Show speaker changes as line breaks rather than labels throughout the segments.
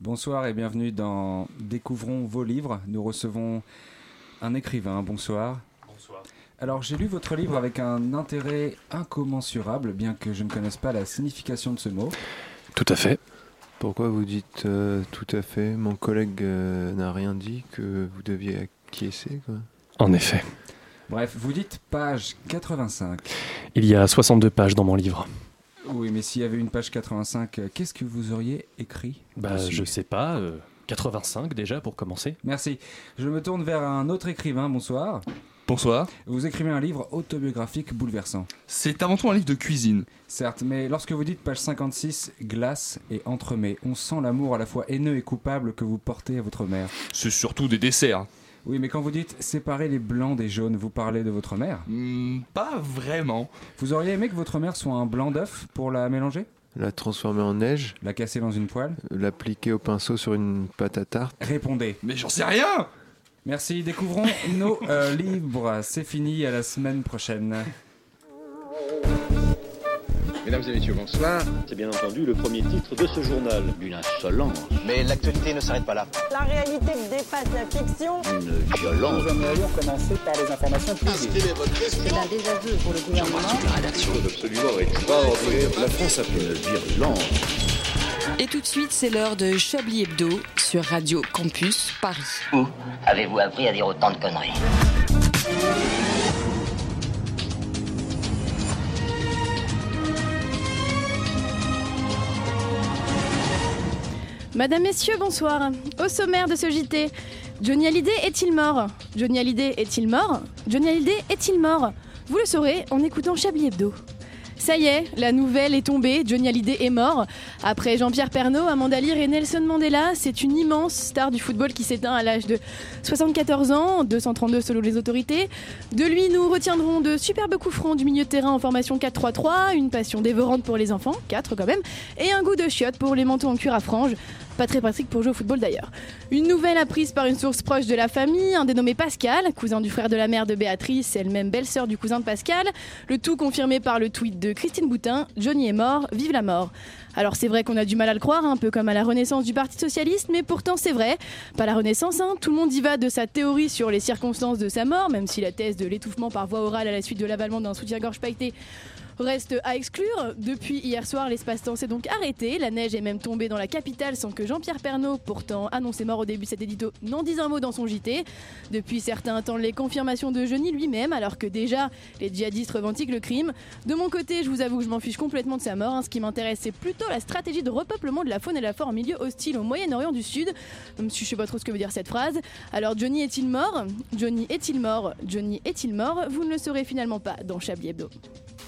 Bonsoir et bienvenue dans Découvrons vos livres. Nous recevons un écrivain. Bonsoir.
Bonsoir.
Alors j'ai lu votre livre avec un intérêt incommensurable, bien que je ne connaisse pas la signification de ce mot.
Tout à fait.
Pourquoi vous dites euh, tout à fait Mon collègue euh, n'a rien dit que vous deviez acquiescer. Quoi.
En effet.
Bref, vous dites page 85.
Il y a 62 pages dans mon livre.
Oui, mais s'il y avait une page 85, euh, qu'est-ce que vous auriez écrit
Bah,
dessus
je sais pas. euh, 85 déjà pour commencer.
Merci. Je me tourne vers un autre écrivain. Bonsoir.
Bonsoir.
Vous écrivez un livre autobiographique bouleversant.
C'est avant tout un livre de cuisine.
Certes, mais lorsque vous dites page 56, glace et entremets, on sent l'amour à la fois haineux et coupable que vous portez à votre mère.
C'est surtout des desserts.
Oui, mais quand vous dites séparer les blancs des jaunes, vous parlez de votre mère.
Hmm, pas vraiment.
Vous auriez aimé que votre mère soit un blanc d'œuf pour la mélanger
La transformer en neige,
La casser dans une poêle
l'appliquer au pinceau sur une pâte à tarte.
Répondez.
Mais j'en sais rien
Merci, découvrons nos euh, livres. C'est fini, à la semaine prochaine.
Mesdames et messieurs, bonsoir.
C'est bien entendu le premier titre de ce journal. Une insolence,
Mais l'actualité ne s'arrête pas là.
La réalité dépasse la fiction.
une violence.
C'est un désaveu pour le gouvernement.
Et tout de suite, c'est l'heure de Chablis Hebdo sur Radio Campus Paris.
Où avez-vous appris à dire autant de conneries
Madame, messieurs, bonsoir. Au sommaire de ce JT, Johnny Hallyday est-il mort Johnny Hallyday est-il mort Johnny Hallyday est-il mort Vous le saurez en écoutant Chablis Hebdo. Ça y est, la nouvelle est tombée, Johnny Hallyday est mort. Après Jean-Pierre Pernaut, Amanda Lear et Nelson Mandela, c'est une immense star du football qui s'éteint à l'âge de 74 ans, 232 selon les autorités. De lui, nous retiendrons de superbes coups francs du milieu de terrain en formation 4-3-3, une passion dévorante pour les enfants, 4 quand même, et un goût de chiottes pour les manteaux en cuir à franges. Pas très pratique pour jouer au football d'ailleurs. Une nouvelle apprise par une source proche de la famille, un dénommé Pascal, cousin du frère de la mère de Béatrice, elle-même belle-sœur du cousin de Pascal. Le tout confirmé par le tweet de Christine Boutin Johnny est mort, vive la mort. Alors c'est vrai qu'on a du mal à le croire, un peu comme à la renaissance du Parti Socialiste, mais pourtant c'est vrai. Pas la renaissance, hein, tout le monde y va de sa théorie sur les circonstances de sa mort, même si la thèse de l'étouffement par voie orale à la suite de l'avalement d'un soutien-gorge pailleté Reste à exclure. Depuis hier soir, l'espace-temps s'est donc arrêté. La neige est même tombée dans la capitale sans que Jean-Pierre Pernaud, pourtant annoncé mort au début de cet édito, n'en dise un mot dans son JT. Depuis, certains attendent les confirmations de Johnny lui-même, alors que déjà, les djihadistes revendiquent le crime. De mon côté, je vous avoue que je m'en fiche complètement de sa mort. hein. Ce qui m'intéresse, c'est plutôt la stratégie de repeuplement de la faune et la flore en milieu hostile au Moyen-Orient du Sud. Même si je sais pas trop ce que veut dire cette phrase. Alors, Johnny est-il mort Johnny est-il mort Johnny est-il mort Vous ne le saurez finalement pas dans Chablis Hebdo.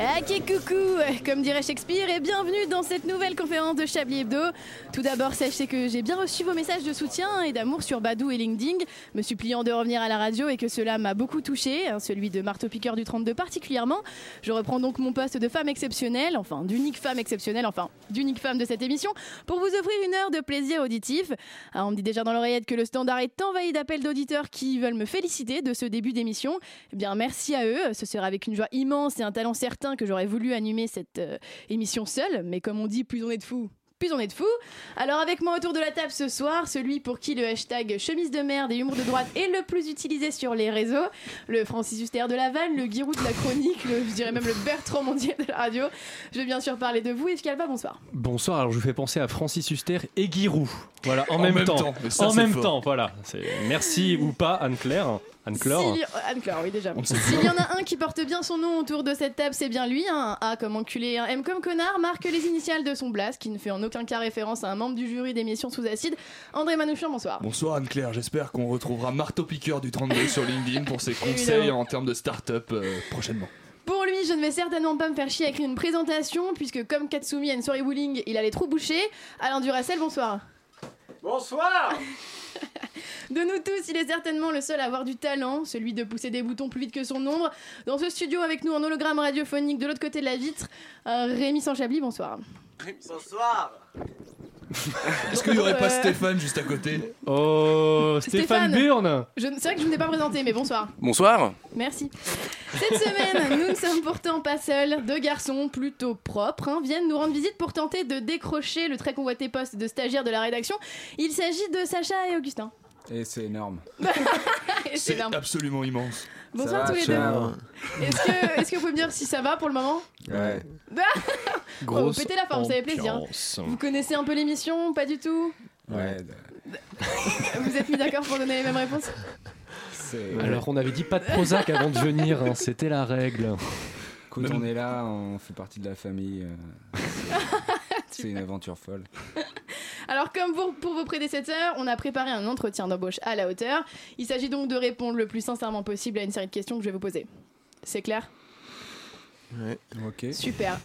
Ah, qui coucou Comme dirait Shakespeare, et bienvenue dans cette nouvelle conférence de Chablis Hebdo. Tout d'abord, sachez que j'ai bien reçu vos messages de soutien et d'amour sur Badou et LinkedIn, me suppliant de revenir à la radio et que cela m'a beaucoup touché, hein, celui de Marteau Piqueur du 32 particulièrement. Je reprends donc mon poste de femme exceptionnelle, enfin d'unique femme exceptionnelle, enfin d'unique femme de cette émission, pour vous offrir une heure de plaisir auditif. Ah, on me dit déjà dans l'oreillette que le standard est envahi d'appels d'auditeurs qui veulent me féliciter de ce début d'émission. Eh bien, merci à eux. Ce sera avec une joie immense et un talent certain que j'aurais voulu animer cette euh, émission seule. Mais comme on dit, plus on est de fous. Plus on est de fous. Alors avec moi autour de la table ce soir, celui pour qui le hashtag chemise de merde et humour de droite est le plus utilisé sur les réseaux, le Francis Huster de la vanne, le Giroud de la chronique, le, je dirais même le Bertrand Mondier de la radio. Je vais bien sûr parler de vous, Yves Calva, bonsoir.
Bonsoir, alors je vous fais penser à Francis Huster et Giroud. Voilà, en, même, temps.
Mais ça,
en
c'est
même
fort.
temps, voilà. C'est- Merci ou pas, Anne-Claire. Anne-Claire.
S'il y- Anne-Claire, euh, oui déjà.
On ne sait
S'il y en a un qui porte bien son nom autour de cette table, c'est bien lui. hein. Un A comme enculé, un M comme connard marque les initiales de son blast, qui ne fait en aucun cas référence à un membre du jury d'émission sous acide. André Manouchian, bonsoir.
Bonsoir Anne-Claire, j'espère qu'on retrouvera Marteau Piqueur du 32 sur LinkedIn pour ses conseils
Évidemment.
en termes de start-up euh, prochainement.
Pour lui, je ne vais certainement pas me faire chier à écrire une présentation, puisque comme Katsumi a une soirée bowling, il a les trous bouchés. Alain Duracel, bonsoir.
Bonsoir
De nous tous, il est certainement le seul à avoir du talent, celui de pousser des boutons plus vite que son ombre. Dans ce studio avec nous en hologramme radiophonique de l'autre côté de la vitre, euh, Rémi Sanchable, bonsoir.
Bonsoir
Est-ce qu'il n'y aurait
Euh,
pas Stéphane juste à côté
Oh, Stéphane
Stéphane
Burn
Je ne- C'est vrai que je ne t'ai pas présenté, mais bonsoir.
Bonsoir
Merci. Cette semaine, nous ne sommes pourtant pas seuls. Deux garçons plutôt propres hein, viennent nous rendre visite pour tenter de décrocher le très convoité poste de stagiaire de la rédaction. Il s'agit de Sacha et Augustin.
Et c'est énorme.
Ah, C'est énorme.
absolument immense.
Bonsoir tous les deux. Est-ce que, est-ce que vous pouvez me dire si ça va pour le moment
Ouais.
Grosse vous pétez la forme, ça fait plaisir, hein. Vous connaissez un peu l'émission Pas du tout
Ouais.
Vous êtes mis d'accord pour donner les mêmes réponses
Euh, Alors, on avait dit pas de Prozac avant de venir, hein, c'était la règle.
Écoute, on est là, on fait partie de la famille. euh, c'est- c'est une aventure folle.
Alors, comme pour, pour vos prédécesseurs, on a préparé un entretien d'embauche à la hauteur. Il s'agit donc de répondre le plus sincèrement possible à une série de questions que je vais vous poser. C'est clair
Ouais.
Ok.
Super.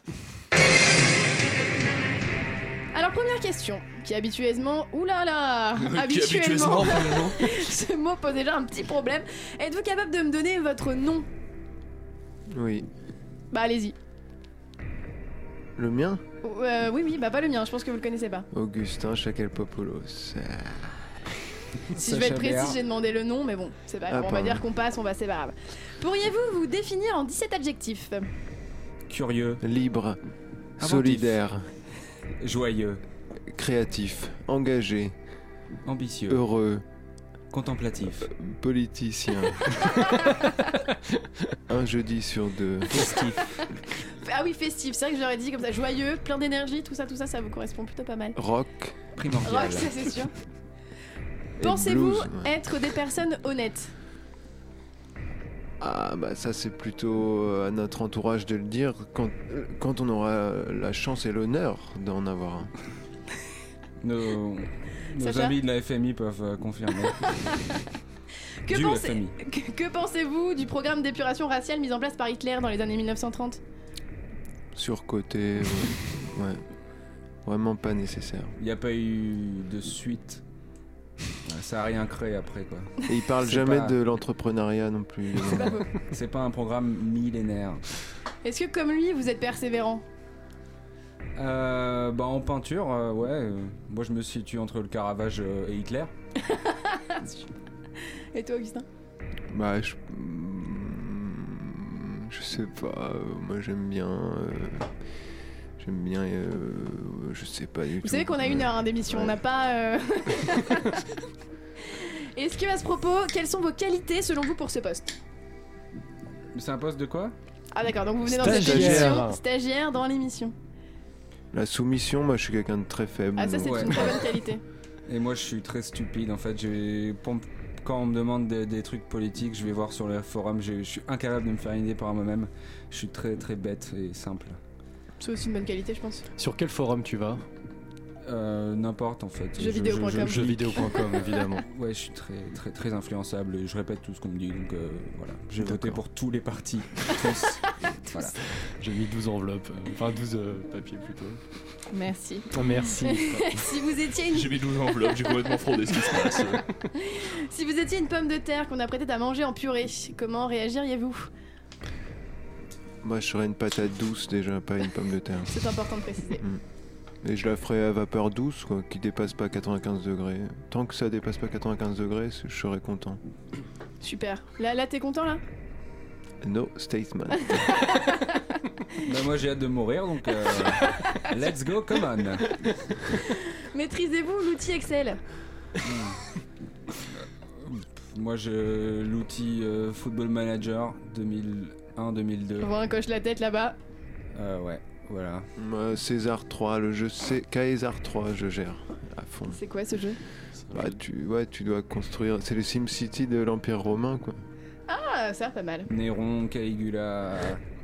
Alors, première question, qui habituellement. Oulala là là,
Qui
Habituellement.
habituellement, finalement.
Ce mot pose déjà un petit problème. Êtes-vous capable de me donner votre nom
Oui.
Bah, allez-y.
Le mien
Euh, oui, oui, bah, pas le mien, je pense que vous le connaissez pas.
Augustin Chakalpopoulos.
Si je vais être précis, j'ai demandé le nom, mais bon, c'est pas
Ah,
grave. on va
pardon.
dire qu'on passe, on va, c'est pas grave. Pourriez-vous vous définir en 17 adjectifs
Curieux,
Libre,
Inventif.
solidaire,
joyeux,
créatif, engagé,
ambitieux,
heureux,
contemplatif,
politicien. Un jeudi sur deux.
festif,
Ah oui, festif, c'est vrai que j'aurais dit comme ça, joyeux, plein d'énergie, tout ça, tout ça, ça vous correspond plutôt pas mal.
Rock.
primordial,
Rock, ça c'est sûr.
et
Pensez-vous
blues. Ouais.
être des personnes honnêtes
Ah bah ça c'est plutôt euh, à notre entourage de le dire quand, euh, quand on aura euh, la chance et l'honneur d'en avoir un.
Nos, nos
Sacha
amis de la FMI peuvent euh, confirmer.
Que,
du
pensez-
FMI.
que- que pensez-vous du programme d'épuration raciale mis en place par Hitler dans les années 1930
Surcoté, euh, ouais. Vraiment pas nécessaire.
Il n'y a pas eu de suite. Ouais, Ça a rien créé après quoi.
Et il parle
C'est
jamais
pas-
de l'entrepreneuriat non plus.
C'est pas beau.
C'est pas un programme millénaire.
Est-ce que comme lui, vous êtes persévérant
Euh, bah en peinture, euh, ouais. euh, moi je me situe entre le Caravage euh, et Hitler.
Et toi, Augustin
Bah, je... Mm, je sais pas. euh, Moi, j'aime bien. euh, J'aime bien. euh, Je sais pas du tout.
Vous savez qu'on a une heure hein, d'émission, on n'a pas. euh, Est-ce que à ce propos, quelles sont vos qualités selon vous pour ce poste
C'est un poste de quoi
Ah d'accord, donc vous venez dans cette
Stagiaire.
émission, stagiaire dans l'émission.
La soumission, moi, je suis quelqu'un de très faible.
Ah ça c'est
Ouais.
une très bonne qualité.
Et moi, je suis très stupide en fait. J'ai- pour- Quand on me demande des, des trucs politiques, je vais voir sur les forums. Je, je suis incapable de me faire une idée par moi-même. Je suis très très bête et simple.
C'est aussi une bonne qualité je pense.
Sur quel forum tu vas
Euh, N'importe en fait. Je-
Jeuxvideo.com.
je- je- je-
Jeuxvideo.com, évidemment.
Ouais, je suis très très très influençable et je répète tout ce qu'on me dit. Donc euh, voilà, j'ai voté
D'accord.
pour tous les partis. Tous. voilà.
J'ai mis 12 enveloppes, euh, enfin 12 euh, papiers plutôt.
Merci.
Oh,
Ah, merci.
si vous étiez une
J'ai mis 12 enveloppes, j'ai complètement fraudé ce qui se passe.
si vous étiez une pomme de terre qu'on a prêtée à manger en purée, comment réagiriez-vous
Moi, je serais une patate douce déjà, pas une pomme de terre.
C'est important de préciser.
Et je la ferais à vapeur douce, quoi, qui dépasse pas 95 degrés. Tant que ça dépasse pas 95 degrés, je serais content.
Super. Là là t'es content là
No statement.
Bah, moi, j'ai hâte de mourir. Donc euh, let's go, come on.
Maîtrisez-vous l'outil Excel
Moi, je l'outil euh, Football Manager 2001-2002.
On voit un coche la tête là-bas.
Euh, ouais, voilà.
Moi, César 3, le jeu C... Caesar 3, je gère à fond.
C'est quoi ce jeu
Bah, tu, ouais, tu dois construire. C'est le SimCity de l'Empire romain, quoi.
Ah ça pas mal.
Néron, Caligula,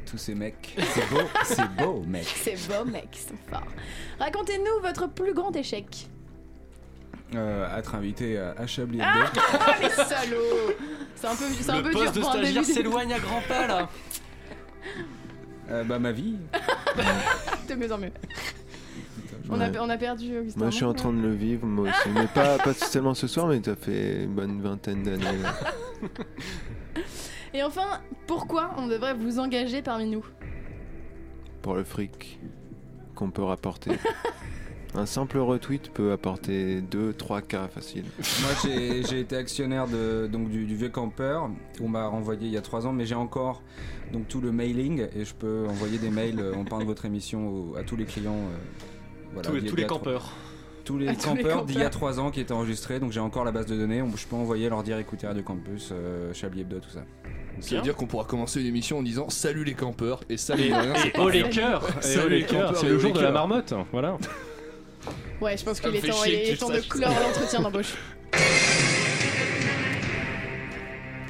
tous ces mecs. C'est beau, c'est beau, mec.
C'est beau mec, ils sont forts. Racontez-nous votre plus grand échec.
Euh, être invité à à Chablis Hebdo.
Ah les salauds C'est un peu, c'est un peu dur pour un début
s'éloigne à grands pas là.
Euh, bah, ma vie.
de mieux en mieux. On, a,
Ouais.
on a perdu Augustin. hein.
Moi, je suis en train de le vivre, moi aussi. Mais pas, pas seulement ce soir, mais ça fait une bonne vingtaine d'années. là.
Et enfin, pourquoi on devrait vous engager parmi nous
Pour le fric qu'on peut rapporter. Un simple retweet peut apporter 2-3K facile.
Moi, j'ai j'ai été actionnaire de, donc, du, du vieux campeur. On m'a renvoyé il y a trois ans, mais j'ai encore donc, tout le mailing et je peux envoyer des mails euh, en parlant de votre émission au- à tous les clients. euh, voilà,
Tous les-
d'il y a
tous les
trois-
campeurs.
Tous les
À tous les
campeurs d'il y a
campeurs.
trois ans qui étaient enregistrés, donc j'ai encore la base de données. On- Je peux envoyer leur dire écoutez Radio Campus, euh, Chablis Hebdo, tout ça.
Ça veut dire qu'on pourra commencer une émission en disant salut les campeurs et salut
Et-
les nains,
et
c'est
oh
parfait.
les cœurs Et oh
Salut
les
cœurs,
campeurs
c'est
et
le
oh
jour
les
de la
cœurs.
marmotte, hein, voilà.
Ouais, je pense
Ça
qu'il
me
est
fait
temps,
chier
il
que
est
tu
temps de
saches ça.
clore l'entretien d'embauche.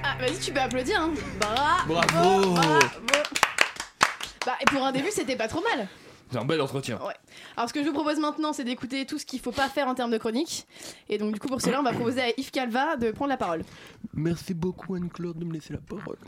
Ah, vas-y, tu peux applaudir, hein. Bravo,
Bravo.
Bah, et pour un début, c'était pas trop mal.
C'est un bel entretien.
Ouais. Alors, ce que je vous propose maintenant, c'est d'écouter tout ce qu'il faut pas faire en termes de chronique. Et donc, du coup, pour cela, on va proposer à Yves Calva de prendre la parole.
Merci beaucoup Anne-Claude de me laisser la parole.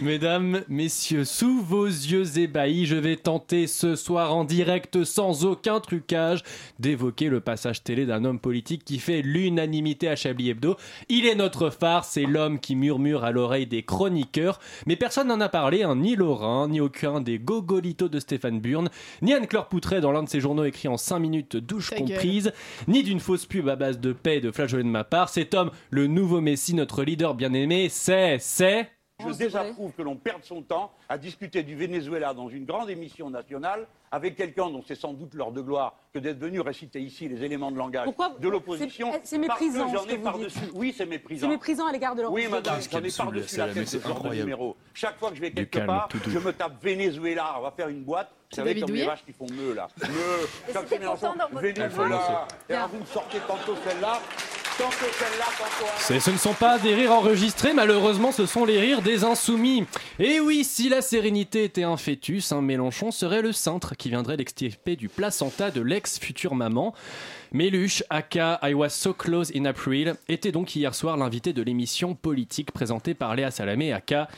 Mesdames, messieurs, sous vos yeux ébahis, je vais tenter ce soir en direct, sans aucun trucage, d'évoquer le passage télé d'un homme politique qui fait l'unanimité à Chablis Hebdo. Il est notre phare, c'est l'homme qui murmure à l'oreille des chroniqueurs, mais personne n'en a parlé, hein, ni Laurent, ni aucun des gogolitos de Stéphane Burne, ni Anne-Claire Poutret dans l'un de ses journaux écrits en 5 minutes, douche
Ta gueule.
comprise, ni d'une fausse pub à base de paix et de flageolets de ma part. Cet homme, le nouveau Messie, notre leader bien-aimé, c'est, c'est...
Je désapprouve que l'on perde son temps à discuter du Venezuela dans une grande émission nationale avec quelqu'un dont c'est sans doute l'heure de gloire que d'être venu réciter ici les éléments de langage
Pourquoi-
de l'opposition.
c'est- c'est
parce que
méprisant,
j'en ai
ce que vous dites.
par-dessus- Oui, c'est méprisant.
C'est méprisant à l'égard de leur
Oui,
président.
madame,
Qu'est-ce
j'en
qu'elle
ai
soulève,
par-dessus
celle-là,
la
mais
tête
c'est
ce genre de
incroyable.
numéro. Chaque fois que je vais quelque
calme,
part,
tout doux.
je me tape Venezuela, on va faire une boîte. Vous
C'est
savez,
David
comme
Douillet
les vaches qui font meux, là. Meux, comme
c'était
ces Mélenchon,
pourtant dans votre
Venezuela.
programme.
Et alors, vous me sortez tantôt celle-là, tantôt celle-là, tantôt...
Ce, ce ne sont pas des rires enregistrés, malheureusement, ce sont les rires des insoumis. Et oui, si la sérénité était un fœtus, un Mélenchon serait le cintre qui viendrait l'extirper du placenta de l'ex-future maman. Méluche, aka I was so close in April, était donc hier soir l'invité de l'émission politique présentée par Léa Salamé, aka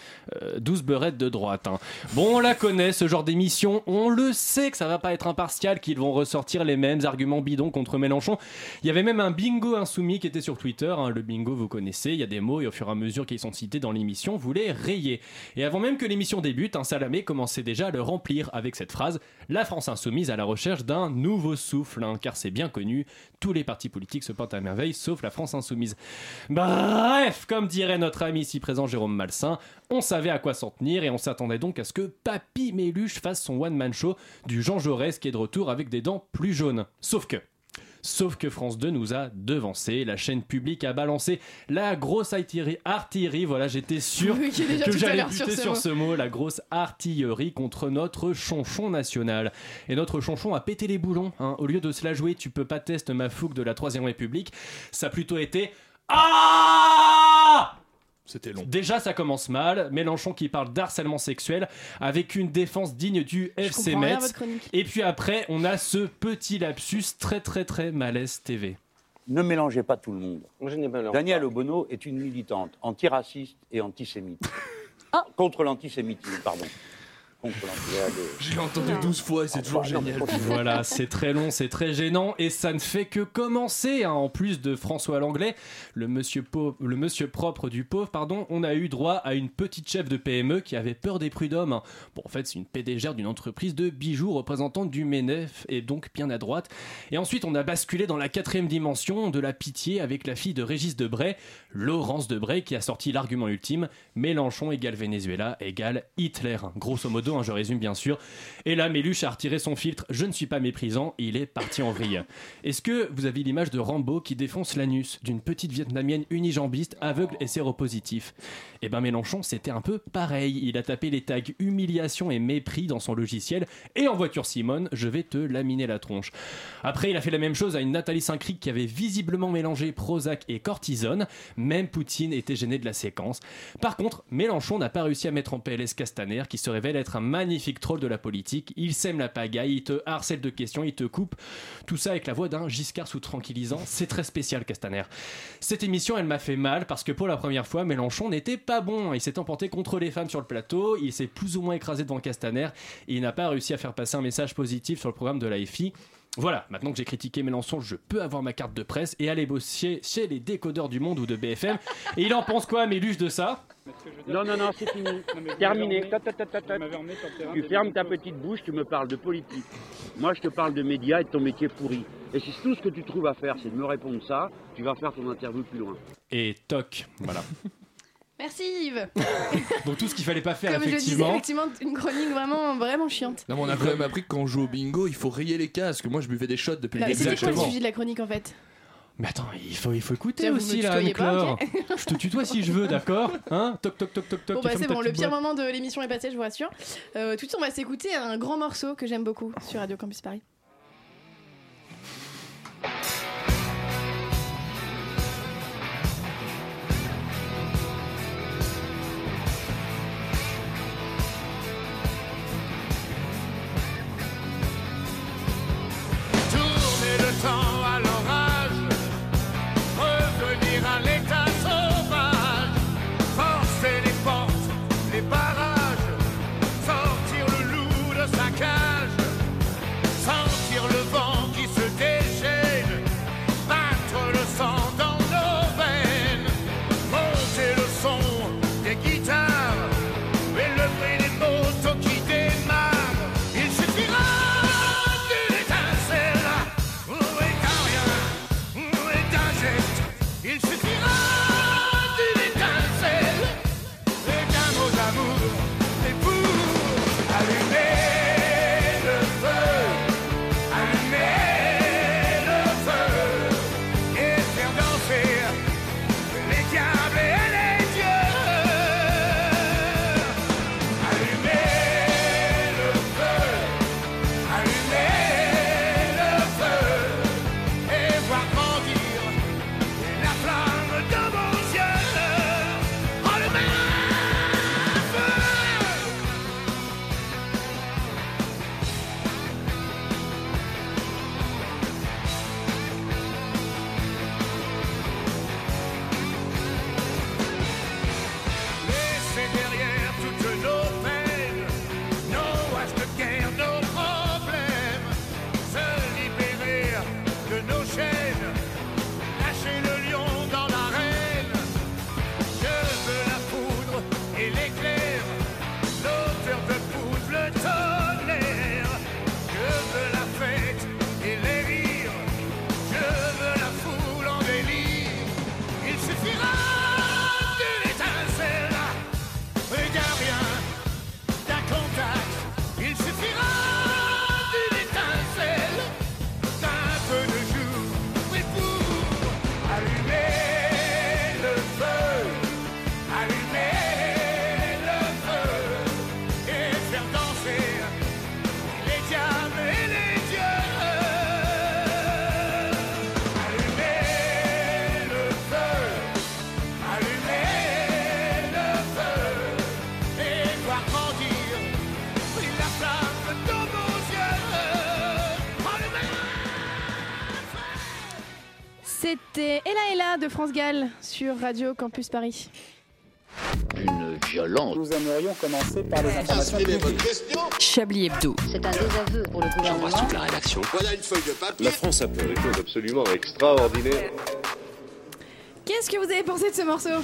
euh, 12 beurettes de droite. hein. Bon, on la connaît, ce genre d'émission, on le sait que ça va pas être impartial, qu'ils vont ressortir les mêmes arguments bidons contre Mélenchon. Il y avait même un bingo insoumis qui était sur Twitter. hein. Le bingo, vous connaissez, il y a des mots et au fur et à mesure qu'ils sont cités dans l'émission, vous les rayez. Et avant même que l'émission débute, un Salamé commençait déjà à le remplir avec cette phrase La France insoumise à la recherche d'un nouveau souffle, hein, car c'est bien connu, tous les partis politiques se portent à merveille sauf la France insoumise. Bref, comme dirait notre ami ici présent Jérôme Malsain, on savait à quoi s'en tenir et on s'attendait donc à ce que Papy Méluche fasse son one-man show du Jean Jaurès qui est de retour avec des dents plus jaunes. Sauf que. Sauf que France 2 nous a devancé, la chaîne publique a balancé la grosse artillerie, artillerie voilà j'étais sûr
Vous étiez déjà
que
tout à
j'allais
l'heure sur
buter
ce
sur
mot.
ce mot, la grosse artillerie contre notre chonchon national. Et notre chonchon a pété les boulons, hein. au lieu de se la jouer tu peux pas tester ma fougue de la troisième république, ça a plutôt été... Ah
C'était long.
Déjà, ça commence mal. Mélenchon qui parle d'harcèlement sexuel avec une défense digne du FC
comprends rien à
Metz.
votre chronique.
Et puis après, on a ce petit lapsus très très très malaise TV.
Ne mélangez pas tout le monde. Daniel Obono est une militante antiraciste et antisémite. Contre l'antisémitisme, pardon. Contre l'antisémitisme.
J'ai entendu 12 fois et c'est toujours génial.
Voilà, c'est très long, c'est très gênant et ça ne fait que commencer. hein. En plus de François Langlais, le monsieur, pau- le monsieur propre du pauvre, pardon, on a eu droit à une petite chef de PME qui avait peur des prud'hommes. hein. Bon, en fait, c'est une PDG d'une entreprise de bijoux représentant du MENEF et donc bien à droite. Et ensuite, on a basculé dans la quatrième dimension de la pitié avec la fille de Régis Debray, Laurence Debray, qui a sorti l'argument ultime Mélenchon égale Venezuela égale Hitler. Grosso modo, hein, je résume bien sûr. Et là, Méluche a retiré son filtre Je ne suis pas méprisant, il est parti en vrille. Est-ce que vous avez l'image de Rambo qui défonce l'anus d'une petite vietnamienne unijambiste, aveugle et séropositif Eh ben Mélenchon, c'était un peu pareil. Il a tapé les tags humiliation et mépris dans son logiciel et en voiture Simone, je vais te laminer la tronche. Après, il a fait la même chose à une Nathalie Saint-Cric qui avait visiblement mélangé Prozac et cortisone. Même Poutine était gêné de la séquence. Par contre, Mélenchon n'a pas réussi à mettre en PLS Castaner, qui se révèle être un magnifique troll de la politique. Il sème la pagaille, il te harcèle de questions, il te coupe. Tout ça avec la voix d'un Giscard sous tranquillisant. C'est très spécial, Castaner. Cette émission, elle m'a fait mal parce que pour la première fois, Mélenchon n'était pas bon. Il s'est emporté contre les femmes sur le plateau, il s'est plus ou moins écrasé devant Castaner et il n'a pas réussi à faire passer un message positif sur le programme de l'AFI. Voilà, maintenant que j'ai critiqué Mélenchon, je peux avoir ma carte de presse et aller bosser chez les décodeurs du monde ou de BFM. Et il en pense quoi, Méluche, de ça
Non, non, non, c'est fini. Terminé. Tot, tot, tot, tot. Tu fermes ta petite bouche, tu me parles de politique. Moi, je te parle de médias et de ton métier pourri. Et si tout ce que tu trouves à faire, c'est de me répondre ça, tu vas faire ton interview plus loin.
Et toc, voilà.
Merci Yves.
Donc tout ce qu'il fallait pas faire,
Comme je disais,
effectivement.
effectivement, une chronique vraiment, vraiment chiante.
Non, mais on a quand même appris que quand on joue au bingo, il faut rayer les casques. Moi, je buvais des shots depuis
Non,
le
mais
début.
Bah, C'était quoi le sujet de la chronique en fait
Mais attends, il faut, il faut écouter
Tiens, vous
aussi
me
là,
tutoyez pas,
Anne-Claire.
ok
Je te tutoie si je veux, d'accord Hein Toc, toc, toc, toc, toc.
Bon
tu
bah
fermes
c'est
ta
bon, le
petite
pire
boîte.
moment de l'émission est passé, je vous rassure. Euh, tout de suite on va s'écouter un grand morceau que j'aime beaucoup sur Radio Campus Paris.
Tourner le temps à l'orage, revenir à l'état sauvage, forcer les portes, les barrages, sortir le loup de sa cage, sentir le vent qui se déchaîne, battre le sang dans nos veines, monter le son des guitares et le bruit des motos qui démarrent. Il suffira d'une étincelle ou d'un rien ou d'un geste. Il suffira d'une étincelle et d'un mot d'amour et pour allumer le feu, allumer le feu et faire danser les diables et les dieux. Allumer le feu, allumer le feu et voir grandir la flamme de mon yeux. Allumer le feu. Laissez derrière toutes nos peines, nos âges de guerre, nos problèmes, se libérer de nos chaînes, lâcher le lion dans l'arène. Je veux la poudre et l'éclair, l'auteur de poudre, le tonnerre. Je veux la fête et les rires, je veux la foule en délire. Il suffira d'une étincelle et d'un rien, d'un contact. Il suffira d'une étincelle, d'un peu de jour, oui, pour allumer le feu, allumer le feu et faire danser les diables et les dieux. Allumer le feu. Allumer le feu et voir grandir la flamme dans vos yeux.
C'était Ella Ella de France Gall sur Radio Campus Paris.
Une violence.
Nous aimerions commencer par les informations
Chablis Hebdo.
C'est un désaveu pour le gouvernement. J'embrasse toute la rédaction. Voilà une feuille de papier. La France a
Des choses absolument extraordinaires.
Qu'est-ce que vous avez pensé de ce morceau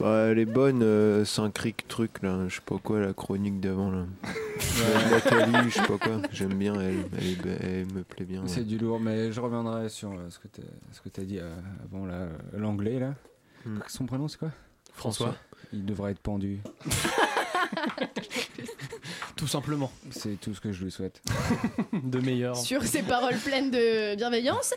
Bah, elle est bonne, euh, c'est un cric truc là, je sais pas quoi, la chronique d'avant là. Nathalie, je sais pas quoi, j'aime bien, elle, elle, est be- elle me plaît bien. ouais.
C'est du lourd, mais je reviendrai sur euh, ce que t'as- ce que t'as dit euh, avant là, euh, l'anglais là.
Hmm.
Ah, Son prénom c'est quoi
François.
Il devrait être pendu.
Tout simplement.
C'est tout ce que je lui souhaite.
de meilleur.
Sur ces paroles pleines de bienveillance.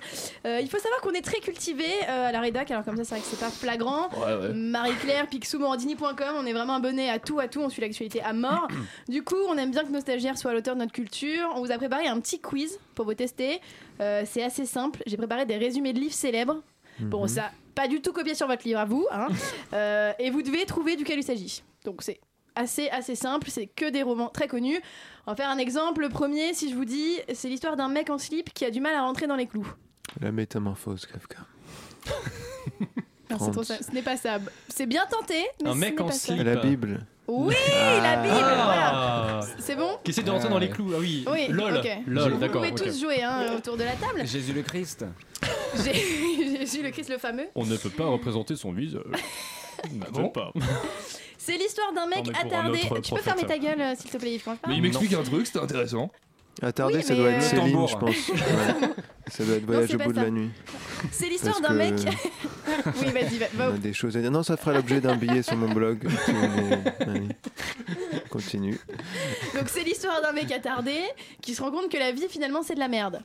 Euh, il faut savoir qu'on est très cultivé à la rédac, alors comme ça c'est vrai que c'est pas flagrant.
Ouais, ouais.
Marie-Claire, pixoumorandini.com, on est vraiment abonné à tout, à tout, on suit l'actualité à mort. du coup, on aime bien que nos stagiaires soient à l'auteur de notre culture. On vous a préparé un petit quiz pour vous tester. Euh, c'est assez simple, j'ai préparé des résumés de livres célèbres. Bon,
Mhm.
ça, pas du tout copié sur votre livre à vous, hein. Euh, et vous devez trouver duquel il s'agit. Donc c'est assez assez simple, c'est que des romans très connus. On va faire un exemple. Le premier, si je vous dis, c'est l'histoire d'un mec en slip qui a du mal à rentrer dans les clous.
La métamorphose, Kafka.
Non, c'est trop ça. Ce n'est pas ça. C'est bien tenté, mais
Un
ce
mec
n'est
en
pas ça.
slip.
La Bible.
Oui, la Bible,
Ah.
voilà. C'est bon
Qui essaie de rentrer dans les clous. Ah oui,
Oui,
lol.
ok.
Lol,
Vous
d'accord.
pouvez
ok.
tous jouer hein, autour de la table.
Jésus le Christ.
J'ai Jésus le Christ le fameux.
On ne peut pas représenter son visage. Ah bon pas.
C'est l'histoire d'un mec
Non, mais pour un
attardé.
autre
Tu peux
prophète.
fermer ta gueule, euh, s'il te plaît, Yves, quand je parle
Mais il m'explique un truc, c'était intéressant.
Attardé,
Oui,
ça
mais,
doit
euh,
être
Le
Céline,
tambour.
je pense. Ouais. Ça doit être Voyage
c'est
au
pas
bout de
ça.
la nuit.
C'est l'histoire
Parce
d'un mec.
que-
oui, vas-y, va. va-
On a des choses à dire. Non, ça fera l'objet d'un billet sur mon blog. Si vous voulez. Allez, Continue.
Donc, c'est l'histoire d'un mec attardé qui se rend compte que la vie, finalement, c'est de la merde.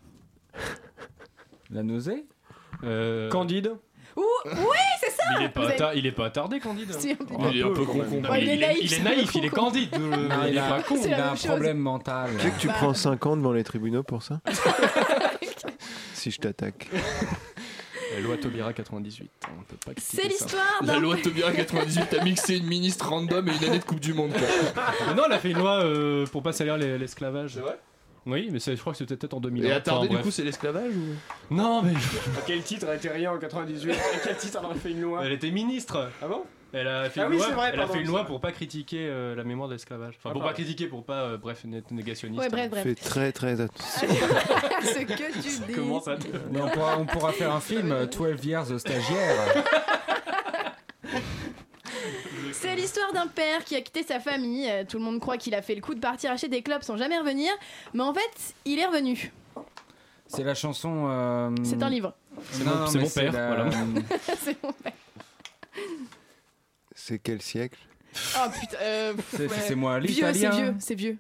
La nausée
Candide
Ouh, oui, c'est ça
Euh, il est,
Vous
pas
avez-
atta- il est pas attardé, Candide.
C'est un peu-
Oh,
Il est un peu
quand
con,
même.
con,
Non,
con.
mais Il est naïf, il est,
un peu con,
candide. euh,
Non,
il est
il a,
pas con.
il
la
a
même
un
chose.
problème
Ah
mental.
Tu sais que tu
Bah.
prends 50 devant les tribunaux pour ça Si je t'attaque.
La loi Taubira 98. On peut pas
C'est
critiquer ça.
l'histoire d'un.
La loi Taubira 98 a mixé une ministre random et une année de Coupe du Monde. Quoi.
Mais non, elle a fait une loi euh, pour pas salir les- l'esclavage. C'est
vrai
Oui, mais c'est- je crois que c'était peut-être en 2000.
Et attardé, du coup, c'est l'esclavage ou
Non, mais.
Ah, Quel titre a été rien en 98 Quel titre a fait une loi
Elle était ministre.
Ah bon
Elle a fait
Ah
une
oui,
loi,
c'est vrai,
elle
pardon,
a fait une
c'est
loi
vrai.
pour pas critiquer euh, la mémoire de l'esclavage. Enfin,
Ah,
pour pas
pardon.
critiquer, pour pas, euh, bref, né- négationniste.
Ouais, bref, bref.
Fais très très attention.
Ce que tu dis.
Comment ça te-
Mais on, pourra, on pourra faire un film, euh, 12 Years Stagiaire.
C'est l'histoire d'un père qui a quitté sa famille. Euh, Tout le monde croit qu'il a fait le coup de partir acheter des clubs sans jamais revenir. Mais en fait, il est revenu.
C'est la chanson. euh,
C'est un livre.
C'est
Non,
mon-
non,
c'est
mais
mon père,
la-
voilà.
C'est mon père.
C'est quel siècle
Oh putain. euh, pff,
C'est-
ouais.
c'est moi,
Vieux, c'est
l'italien.
vieux, c'est vieux.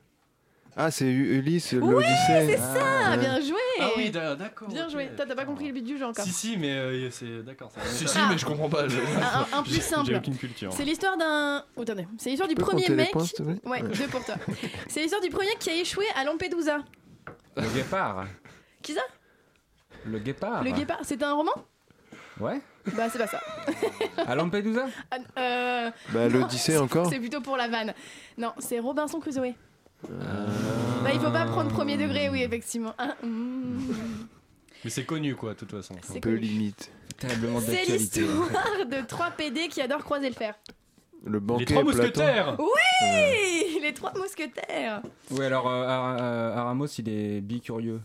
Ah, c'est U- Ulysse,
Oui,
l'Odyssée.
c'est ça, bien joué.
Ah oui, d'a- d'accord.
Bien
ok.
joué. Toi, t'as pas compris le but du jeu encore.
Si, si, mais euh, c'est. D'accord. ça-
Si, si, mais je comprends
bah,
pas. je-
Ah, Un, un- un plus
J'ai- J'ai
simple.
aucune culture.
C'est l'histoire d'un. Oh, attendez. C'est l'histoire du
peux
premier
compter les
mec.
points, s'il te plaît Ouais.
ouais, deux pour toi. C'est l'histoire du premier qui a échoué à Lampedusa.
Le guépard.
Qui ça
Le
Ah,
guépard.
bah.
Le guépard. C'était un roman
Ouais.
Bah, c'est pas ça.
À Lampedusa
Ah, euh,
Bah,
non,
l'Odyssée
c'est-
encore
C'est plutôt pour la vanne. Non, c'est Robinson Crusoe. Bah, il faut pas prendre premier degré, oui, effectivement. Ah, mm.
Mais c'est connu, quoi, de toute façon.
C'est
Peu
connu.
limite.
Terriblement
C'est
d'actualité.
l'histoire de trois PD qui adorent croiser le fer.
Le banquet
Les trois
Platon.
mousquetaires
Oui Les trois mousquetaires
Oui, alors euh, Ar- euh, Aramos, il est bicurieux.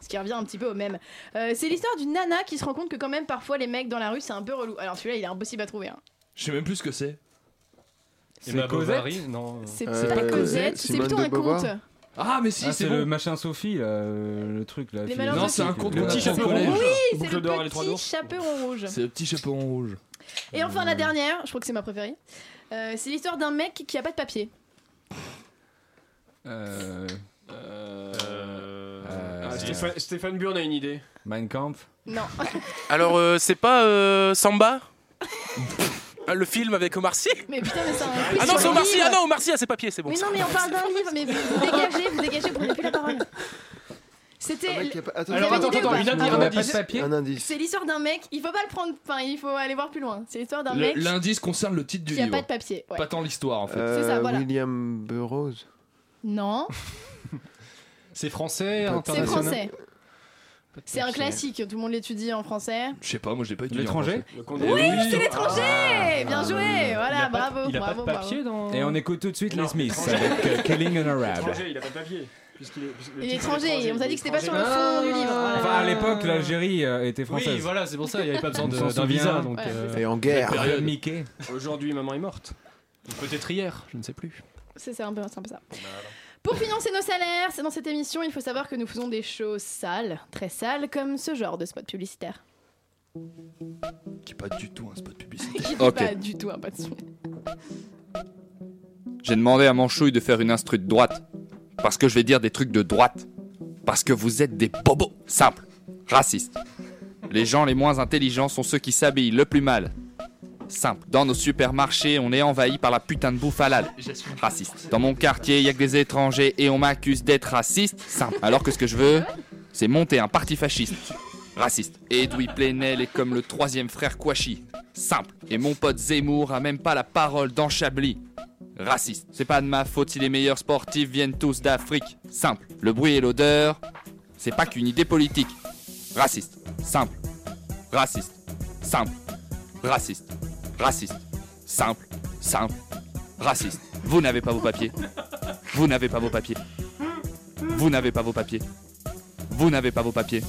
Ce qui revient un petit peu au même. Euh, c'est l'histoire d'une nana qui se rend compte que quand même parfois les mecs dans la rue c'est un peu relou. Alors celui-là il est impossible à trouver. hein.
Je sais même plus ce que c'est.
Et ma
Cosette
Bovary, non.
C'est
Euh,
c'est pas Cosette, c'est
Simone
plutôt
de
un
Beauvoir
conte.
Ah, mais si,
Ah,
c'est
c'est le
bon.
machin Sophie, là, euh, le truc là.
Les
Philippe.
malheurs
Non,
de
c'est un
Sophie.
conte
Le
qu'on
petit
apprend au
chapeau
collège.
rouge.
Oui, c'est
Boucle
le
d'or et les trois
petit
ours.
chaperon rouge.
C'est le petit chaperon rouge.
Et enfin la dernière, je crois que c'est ma préférée. Euh, c'est l'histoire d'un mec qui a pas de papier.
Euh,
Euh,
ah,
euh,
Stéphane, Stéphane Burn a une idée.
Mein Kampf.
Non.
Alors, euh, c'est pas euh, Samba Ah, Le film avec Omar Sy
Mais putain, mais c'est un
Ah non, c'est Omar Sy Ah
livre.
non, Omar Sy, ah, c'est papier, c'est bon.
Mais
ça.
non, mais on parle d'un livre, mais vous, vous dégagez, vous dégagez, vous prenez plus la parole. C'était.
mec qui a pas- Attends,
Vous
Alors,
avez
attends,
une idée
attends,
ou pas
une
Ah,
indice,
on a
un
pas
indice.
de papier
Un indice.
C'est l'histoire d'un mec, il faut pas le prendre, enfin il faut aller voir plus loin. C'est l'histoire d'un
Le-
mec
L'indice concerne le titre du
qui a
livre.
pas de papier. ouais.
Pas tant l'histoire en fait.
C'est ça,
Euh,
voilà.
William Burroughs.
Non,
C'est
C'est
français,
c'est
international.
français. C'est un classique, tout le monde l'étudie en français.
Je sais pas, moi j'ai pas étudié.
L'étranger
Oui,
c'est l'étranger Bien joué,
Ah. Il a
Eh, voilà,
pas-
bravo,
il a
bravo,
pas de
bravo.
papier dans.
Et on écoute tout de suite
Non,
les Smiths
étranger.
avec euh, Killing an Arab.
L'étranger, il a pas de papier. puisqu'il est- puisque le
Il est
titre est
étranger, on nous a dit que c'était pas sur le
étranger.
fond du livre. voilà.
Enfin, à l'époque, l'Algérie euh, était française.
Ah. Oui, voilà, c'est pour ça, il n'y avait pas besoin
On
de-
s'en
d'un visa.
souvient.
Donc,
Ouais,
euh,
Et en guerre.
Période.
Mickey.
Aujourd'hui, maman est morte.
ou peut-être hier, je ne sais plus.
C'est c'est un, peu- c'est un peu ça.
Bah,
Pour financer nos salaires, c'est dans cette émission, il faut savoir que nous faisons des choses sales, très sales, comme ce genre de spot publicitaire.
Qui est Eh, pas du tout un spot publicitaire.
Qui n'est
Ok.
pas du tout un pas de sous.
J'ai demandé à Manchouille de faire une instru de droite. Parce que je vais dire des trucs de droite. Parce que vous êtes des bobos. Simple. Racistes. Les gens les moins intelligents sont ceux qui s'habillent le plus mal. Simple. Dans nos supermarchés, on est envahi par la putain de bouffe halal. Raciste. Dans mon quartier, il y a que des étrangers et on m'accuse d'être raciste. Simple. Alors que ce que je veux, c'est monter un parti fasciste. Raciste. Edoui Plenel est comme le troisième frère Kouachi. Simple. Et mon pote Zemmour a même pas la parole dans Chablis. Raciste. C'est pas de ma faute si les meilleurs sportifs viennent tous d'Afrique. Simple. Le bruit et l'odeur, c'est pas qu'une idée politique. Raciste. Simple. Raciste.
simple, raciste, raciste, simple, simple, raciste. Vous n'avez pas vos papiers. Vous n'avez pas vos papiers. Vous n'avez pas vos papiers. Vous n'avez pas vos papiers.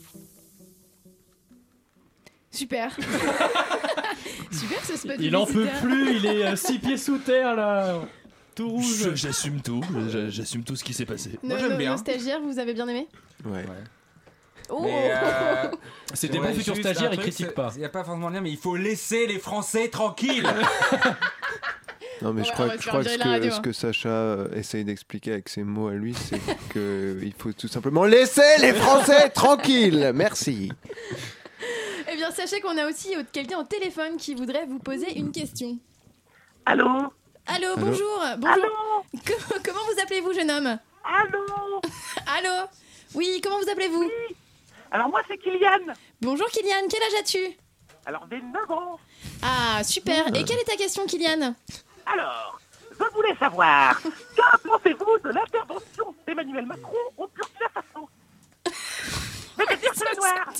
Super. Super ce spot.
Il en peut plus, il est 6 pieds sous terre là. Tout
rouge. J'assume tout, je- j'assume tout ce qui s'est passé.
Nos, nos- nos stagiaires, vous avez bien aimé
Ouais.
Oh
Mais, euh,
C'est des
ouais,
bons futurs
juste un
stagiaires, ils
truc,
critiquent
c'est-
pas.
Il n'y a pas forcément de lien, mais il faut laisser les Français tranquilles.
Non, mais je
Ouais,
crois,
on va
je
faire
crois que
virer
ce
la
que,
radio,
ce
hein.
que Sacha euh, essaye d'expliquer avec ses mots à lui, c'est qu'il faut tout simplement laisser les Français tranquilles. Merci.
Eh bien, sachez qu'on a aussi euh, quelqu'un au téléphone qui voudrait vous poser une question.
Allô
Allô,
Allô
bonjour. bonjour. Comment, comment vous appelez-vous, jeune homme Allô Allô Oui, comment vous appelez-vous Alors, moi, c'est Kylian. Bonjour, Kylian. Quel âge as-tu
Alors, 29 ans.
Ah, super. Et quelle est ta question, Kylian
Alors, je voulais savoir, que Ah, pensez-vous de l'intervention d'Emmanuel Macron au Burkina Faso C'est-à-dire que le noir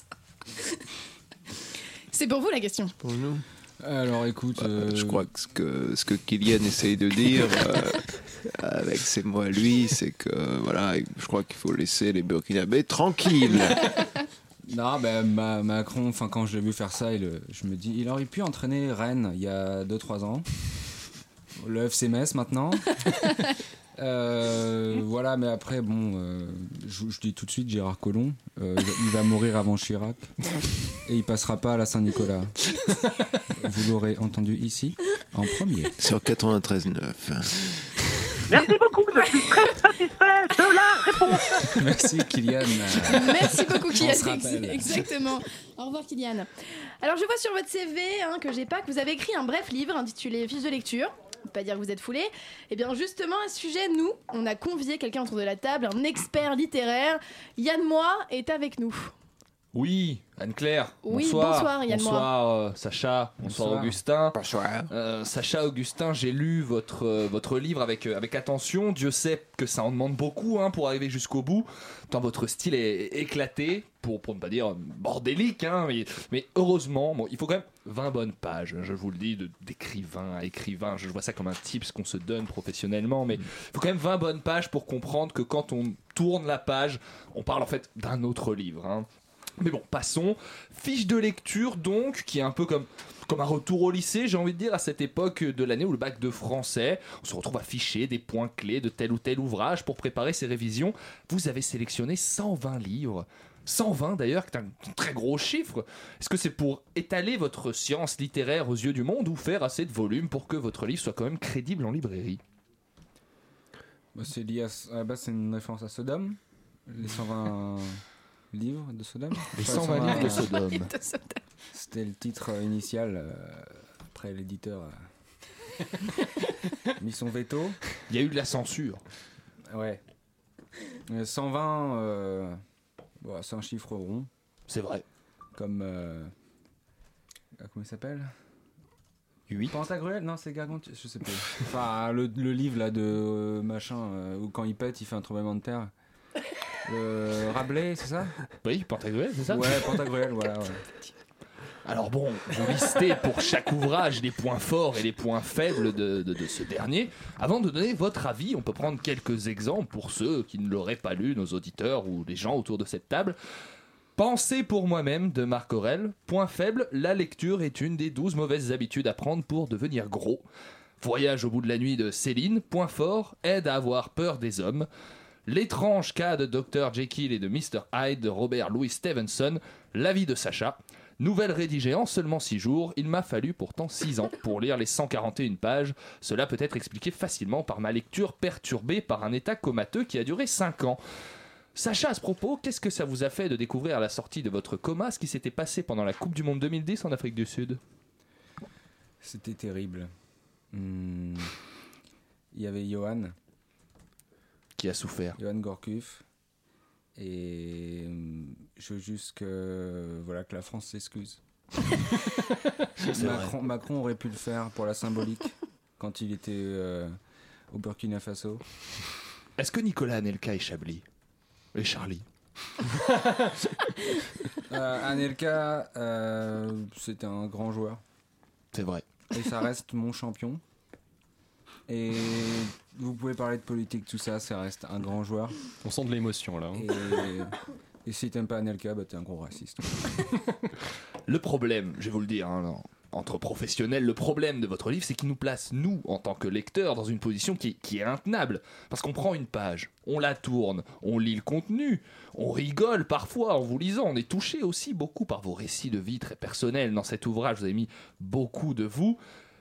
C'est pour vous la question.
Pour nous.
Alors écoute,
Euh, je crois que ce que ce que Kylian essaye de dire euh, avec ses mots à lui, c'est que voilà, je crois qu'il faut laisser les Burkinabés tranquilles.
Non, ben Ma- Macron, enfin quand je l'ai vu faire ça, il, euh, je me dis, il aurait pu entraîner Rennes il y a 2-3 ans. Le FC Metz maintenant. Euh, voilà, mais après, bon, euh, je, je dis tout de suite Gérard Collomb, euh, il va mourir avant Chirac et il passera pas à la Saint-Nicolas. Vous l'aurez entendu ici en premier.
Sur 93.9.
Merci beaucoup, je suis très satisfait de la réponse.
Merci Kylian.
Merci beaucoup,
On
Kylian.
se rappelle.
Exactement. Au revoir, Kylian. Alors, je vois sur votre CV hein, que j'ai pas que vous avez écrit un bref livre intitulé Fiche de lecture. On peut Pas dire que vous êtes foulé. Eh bien, justement, à ce sujet, nous, on a convié quelqu'un autour de la table, un expert littéraire. Yann Moi est avec nous.
Oui, Anne-Claire.
Oui,
bonsoir.
bonsoir, Yann Moir.
Bonsoir, euh, Sacha. Bonsoir,
Bonsoir.
Augustin. Bonsoir. Sacha, Augustin, j'ai lu votre, euh, votre livre avec, euh, avec attention. Dieu sait que ça en demande beaucoup hein, pour arriver jusqu'au bout. Tant votre style est éclaté, pour, pour ne pas dire euh, bordélique. hein, mais, mais heureusement, bon, il faut quand même 20 bonnes pages, hein, je vous le dis, de- d'écrivain à écrivain. Je vois ça comme un tips qu'on se donne professionnellement. Mais il faut quand même 20 bonnes pages pour comprendre que quand on tourne la page, on parle en fait d'un autre livre. hein. Mais bon, passons. Fiche de lecture, donc, qui est un peu comme, comme un retour au lycée, j'ai envie de dire, à cette époque de l'année où le bac de français, on se retrouve à ficher des points clés de tel ou tel ouvrage pour préparer ses révisions. Vous avez sélectionné 120 livres. 120 d'ailleurs, qui est un très gros chiffre. Est-ce que c'est pour étaler votre science littéraire aux yeux du monde ou faire assez de volume pour que votre livre soit quand même crédible en librairie
Bah, C'est lié à, à la base, c'est une référence à Sodome. Les 120 livres de Sodome.
Les
Enfin,
120 livres de Sodome.
C'était le titre euh, initial. euh, après, l'éditeur a mis son veto.
Il y a eu de la censure.
Ouais. Euh, 120, euh, bon, c'est un chiffre rond.
C'est vrai.
Comme. euh, ah, comment il s'appelle 8 Pantagruel Non, c'est Gargantua, je sais pas. Enfin, le, le livre là de euh, machin, euh, où quand il pète, il fait un tremblement de terre. Euh, Rabelais, c'est ça
Oui, Pantagruel, c'est ça
Ouais, Pantagruel, voilà. ouais.
Alors bon, vous listez pour chaque ouvrage les points forts et les points faibles de, de- de ce dernier. Avant de donner votre avis, on peut prendre quelques exemples pour ceux qui ne l'auraient pas lu, nos auditeurs ou les gens autour de cette table. Pensez pour moi-même de Marc Aurel. Point faible, la lecture est une des douze mauvaises habitudes à prendre pour devenir gros. Voyage au bout de la nuit de Céline. Point fort, aide à avoir peur des hommes. L'étrange cas de Dr. Jekyll et de Mr. Hyde de Robert Louis Stevenson, La vie de Sacha. Nouvelle rédigée en seulement 6 jours, il m'a fallu pourtant 6 ans pour lire les 141 pages. Cela peut être expliqué facilement par ma lecture perturbée par un état comateux qui a duré 5 ans. Sacha, à ce propos, qu'est-ce que ça vous a fait de découvrir à la sortie de votre coma ce qui s'était passé pendant la Coupe du Monde 2010 en Afrique du Sud
C'était terrible. Hmm. Il y avait Johan.
Qui a souffert.
Johan Gorkuff. Et hum, je veux juste que, voilà, que la France s'excuse.
C'est vrai.
Macron, Macron aurait pu le faire pour la symbolique quand il était euh, au Burkina Faso.
Est-ce que Nicolas Anelka et Chablis Et Charlie
Euh, Anelka, euh, c'était un grand joueur.
C'est vrai.
Et ça reste mon champion. Et vous pouvez parler de politique, tout ça, ça reste un grand joueur.
On sent de l'émotion là. hein.
Et, et si t'aimes pas Anelka, bah t'es un gros raciste.
Le problème, je vais vous le dire, hein, non, entre professionnels, le problème de votre livre, c'est qu'il nous place, nous, en tant que lecteurs, dans une position qui, qui est intenable. Parce qu'on prend une page, on la tourne, on lit le contenu, on rigole parfois en vous lisant, on est touché aussi beaucoup par vos récits de vie très personnels. Dans cet ouvrage, vous avez mis beaucoup de vous.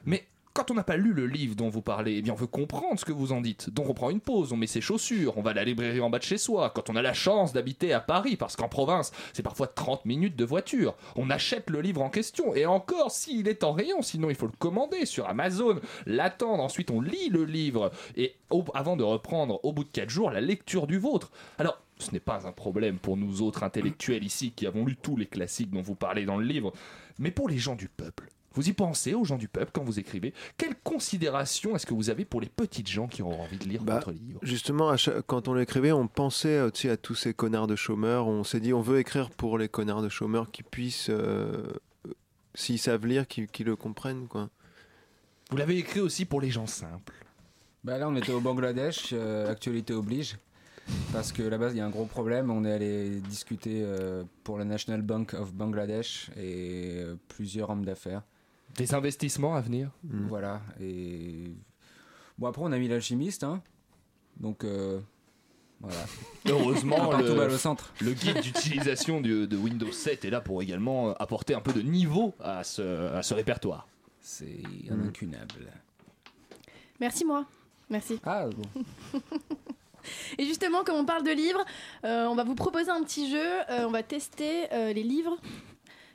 Mais quand on n'a pas lu le livre dont vous parlez, eh bien on veut comprendre ce que vous en dites. Donc on prend une pause, on met ses chaussures, on va à la librairie en bas de chez soi. Quand on a la chance d'habiter à Paris, parce qu'en province, c'est parfois 30 minutes de voiture, on achète le livre en question. Et encore, s'il est en rayon, sinon il faut le commander sur Amazon, l'attendre, ensuite on lit le livre. Et au- avant de reprendre, au bout de 4 jours, la lecture du vôtre. Alors, ce n'est pas un problème pour nous autres intellectuels ici qui avons lu tous les classiques dont vous parlez dans le livre, mais pour les gens du peuple. Vous y pensez aux gens du peuple quand vous écrivez Quelle considération est-ce que vous avez pour les petites gens qui auront envie de lire votre livre
Justement, à chaque- quand on l'écrivait, on pensait euh, tu sais, à tous ces connards de chômeurs. On s'est dit, on veut écrire pour les connards de chômeurs qui puissent, euh, euh, s'ils savent lire, qu'ils qu'ils le comprennent. Quoi.
Vous l'avez écrit aussi pour les gens simples.
Bah là, on était au Bangladesh, euh, actualité oblige. Parce que là-bas, il y a un gros problème. On est allé discuter euh, pour la National Bank of Bangladesh et euh, plusieurs hommes d'affaires.
Des investissements à venir
Voilà. Et. Bon, après, on a mis l'alchimiste. hein. Donc. euh, Voilà.
Heureusement,
Un partout
le,
balle au centre.
le guide d'utilisation du- de Windows 7 est là pour également euh, apporter un peu de niveau à ce, à ce répertoire.
C'est incunable.
Merci moi. Merci.
Ah bon.
Et justement, comme on parle de livres, euh, on va vous proposer un petit jeu. euh, on va tester euh, les livres.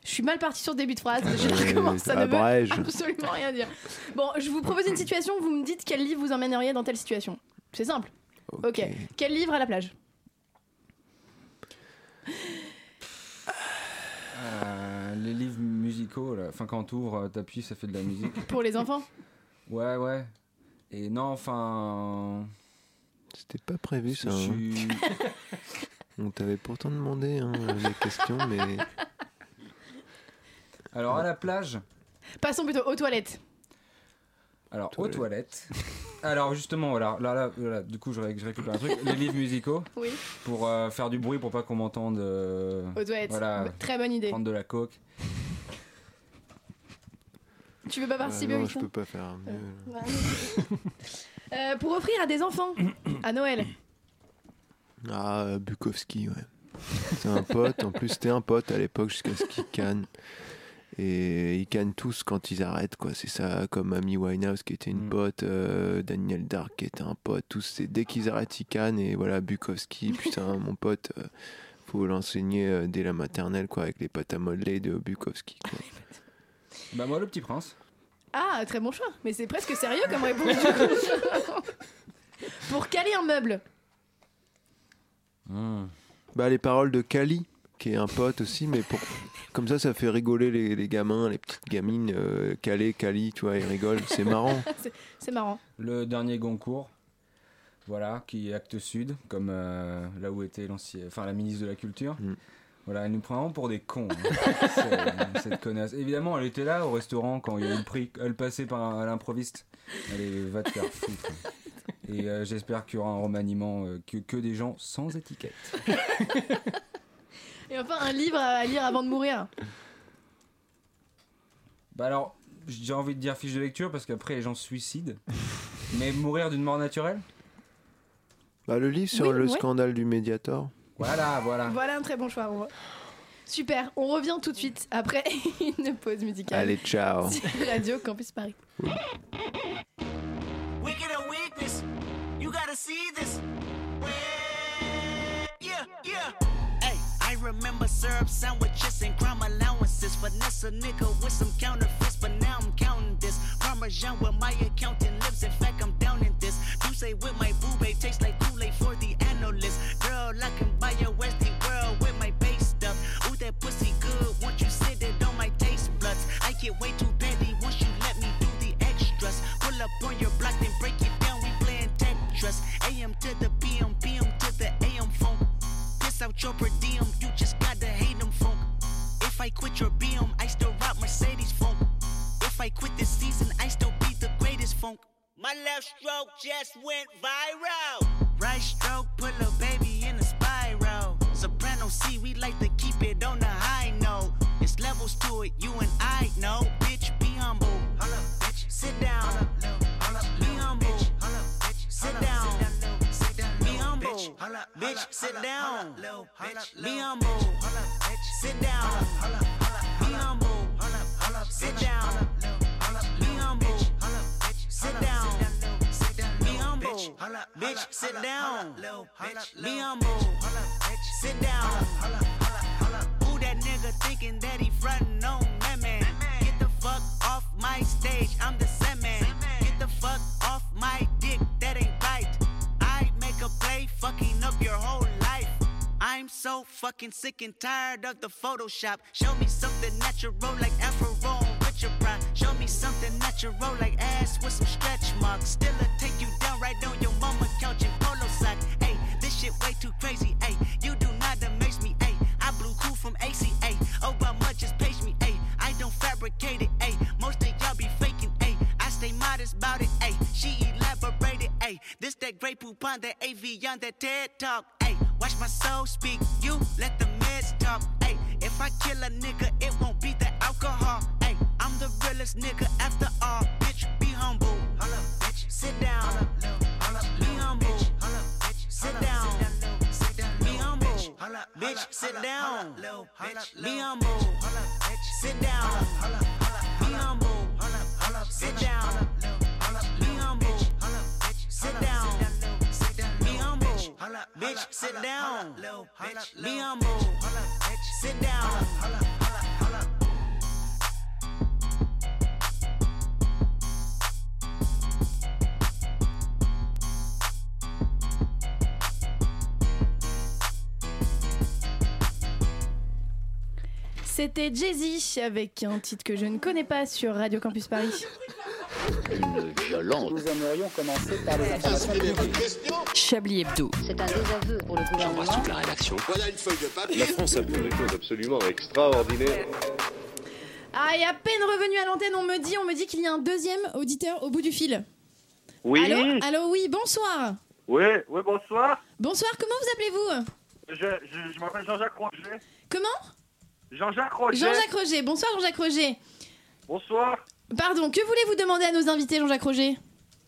Je suis mal partie sur le début de phrase. Je sais pas
Euh,
comment ça ne veut
abrège.
absolument rien dire. Bon, je vous propose une situation. Vous me dites quel livre vous emmèneriez dans telle situation. C'est simple. ok. Quel livre à la plage
Euh, les livres musicaux, là. Enfin, quand t'ouvres, euh, t'appuies, ça fait de la musique.
pour les enfants
Ouais, ouais. Et non, enfin.
C'était pas prévu ça. hein.
Je-
On t'avait pourtant demandé hein, les questions, mais.
Alors, à la plage.
Passons plutôt aux toilettes.
Alors, aux toilettes. Alors, justement, voilà. Là, là, voilà, du coup, je, ré- je récupère un truc. les livres musicaux.
Oui.
Pour euh, faire du bruit, pour pas qu'on m'entende. euh,
Aux toilettes.
Voilà.
B- très bonne idée.
Prendre de la coke.
Tu veux pas participer
Ah,
au
non,
micro
je peux pas faire mieux.
Euh, Pour offrir à des enfants à Noël.
Ah, euh, Bukowski, ouais. C'est un pote. En plus, c'était un pote à l'époque jusqu'à ce qu'il canne. Et ils cannent tous quand ils arrêtent, quoi. C'est ça, comme Amy Winehouse qui était une pote, euh, Daniel Dark qui était un pote. Tous, c'est dès qu'ils arrêtent, ils cannent. Et voilà, Bukowski, putain, mon pote, euh, faut l'enseigner euh, dès la maternelle, quoi, avec les pâtes à modeler de Bukowski, quoi.
Bah, moi, le petit prince.
Ah, très bon choix. Mais c'est presque sérieux comme réponse. du coup. Pour caler un meuble.
Bah, les paroles de Kali, qui est un pote aussi, mais pour... comme ça, ça fait rigoler les, les gamins, les petites gamines. euh, Calé, Kali, tu vois, ils rigolent, c'est marrant.
C'est- c'est marrant.
Le dernier Goncourt. Voilà, qui est acte sud, comme euh, là où était l'ancien- enfin, la ministre de la Culture.
Mm.
Voilà, elle nous prend vraiment pour des cons, hein. C'est- cette connasse. Évidemment, elle était là au restaurant quand il y a eu le prix. Elle passait par un- à l'improviste. Allez, va te faire foutre. Et euh, j'espère qu'il y aura un remaniement euh, que, que des gens sans étiquette.
Et enfin, un livre à lire avant de mourir.
Bah alors, j'ai envie de dire fiche de lecture parce qu'après les gens se suicident. Mais mourir d'une mort naturelle
Bah, le livre sur
Oui,
le
ouais.
scandale du Mediator.
Voilà,
Ah.
voilà.
Voilà un très bon choix. on voit. Super, on revient tout de suite après une pause musicale.
Allez, ciao.
Sur Radio Campus Paris.
Wicked or weakness. You gotta see this. Yeah, yeah. Hey, I remember syrup sandwiches and crime allowances. Finesse a nigga with some counterfeits, but now I'm counting this. Parmesan with my accountant lips. In fact, I'm down in this. You say with my boobay tastes like Kool-Aid for the analyst. Girl, I can buy a Westie world with my base stuff. Ooh, that pussy good. Won't you sit it on my taste buds? I get way too petty once you let me do the extras. Pull up on your block, then break it down. We playing Tetris. AM to the PM, PM to the AM phone. Piss out your per diem, you just gotta hate them funk. I quit your BM, I still rock Mercedes funk. If I quit this season, I still be the greatest funk. My left stroke just went viral. Right stroke put a baby in a spiral. Soprano C, we like to keep it on the high note. It's levels to it, you and I know. Bitch, be humble. Hold up, bitch. Sit down. Hold up, little, hold up, be humble. Hold up, bitch. Sit down. Sit down, Be humble. Bitch, sit down. Be humble. Sit down. Be humble. Sit down. Be humble. Sit down. Be humble. Bitch, sit down. Be humble. Sit down. Who that nigga thinking that he frontin' on that man? Get the fuck off my stage, I'm the set man. Get the fuck off my dick, that ain't bite. I make a play, fucking up your whole life. I'm so fucking sick and tired of the Photoshop. Show me something natural like Afro and Richard Pryor. Show me something natural like ass with some stretch marks. Still a take you down right on your mama couch in polo sock. Hey, this shit way too crazy. Hey, you do not amaze me. Hey, I blew cool from ACA. Obama just paged me. Hey, I don't fabricate it. Hey, most of y'all be faking. Hey, I stay modest about it. Hey, she elaborated. Hey, this that great poupon, that AV on that TED talk. Hey, watch my soul speak. You let the meds talk. Hey, if I kill a nigga, it won't be the alcohol. Hey, I'm the realest nigga after all. Bitch, be humble. Hold up, bitch. Sit down. Hold up, little, hold up, be humble. Hold up, bitch. Sit down. Sit down, be humble. Bitch, sit down. Be humble. Sit down. Be humble. Sit down. Be humble. Sit down. Be humble. Bitch, sit down. Be humble. Sit down.
C'était Jay-Z avec un titre que je ne connais pas sur Radio Campus Paris.
Une violence.
Nous aimerions commencer par les
Chablis Hebdo. C'est un désaveu pour le gouvernement.
toute la rédaction.
Voilà une feuille de papier.
La France a vu des choses absolument extraordinaires.
Ah, et à peine revenu à l'antenne, on me dit, on me dit qu'il y a un deuxième auditeur au bout du fil.
Oui.
Allô, allô, oui, bonsoir.
Oui, oui, bonsoir.
Bonsoir, comment vous appelez-vous
Je, je, je m'appelle Jean-Jacques Roger.
Comment
Jean-Jacques Roger.
Jean-Jacques Roger. Bonsoir, Jean-Jacques Roger.
Bonsoir.
Pardon, que voulez-vous demander à nos invités, Jean-Jacques Roger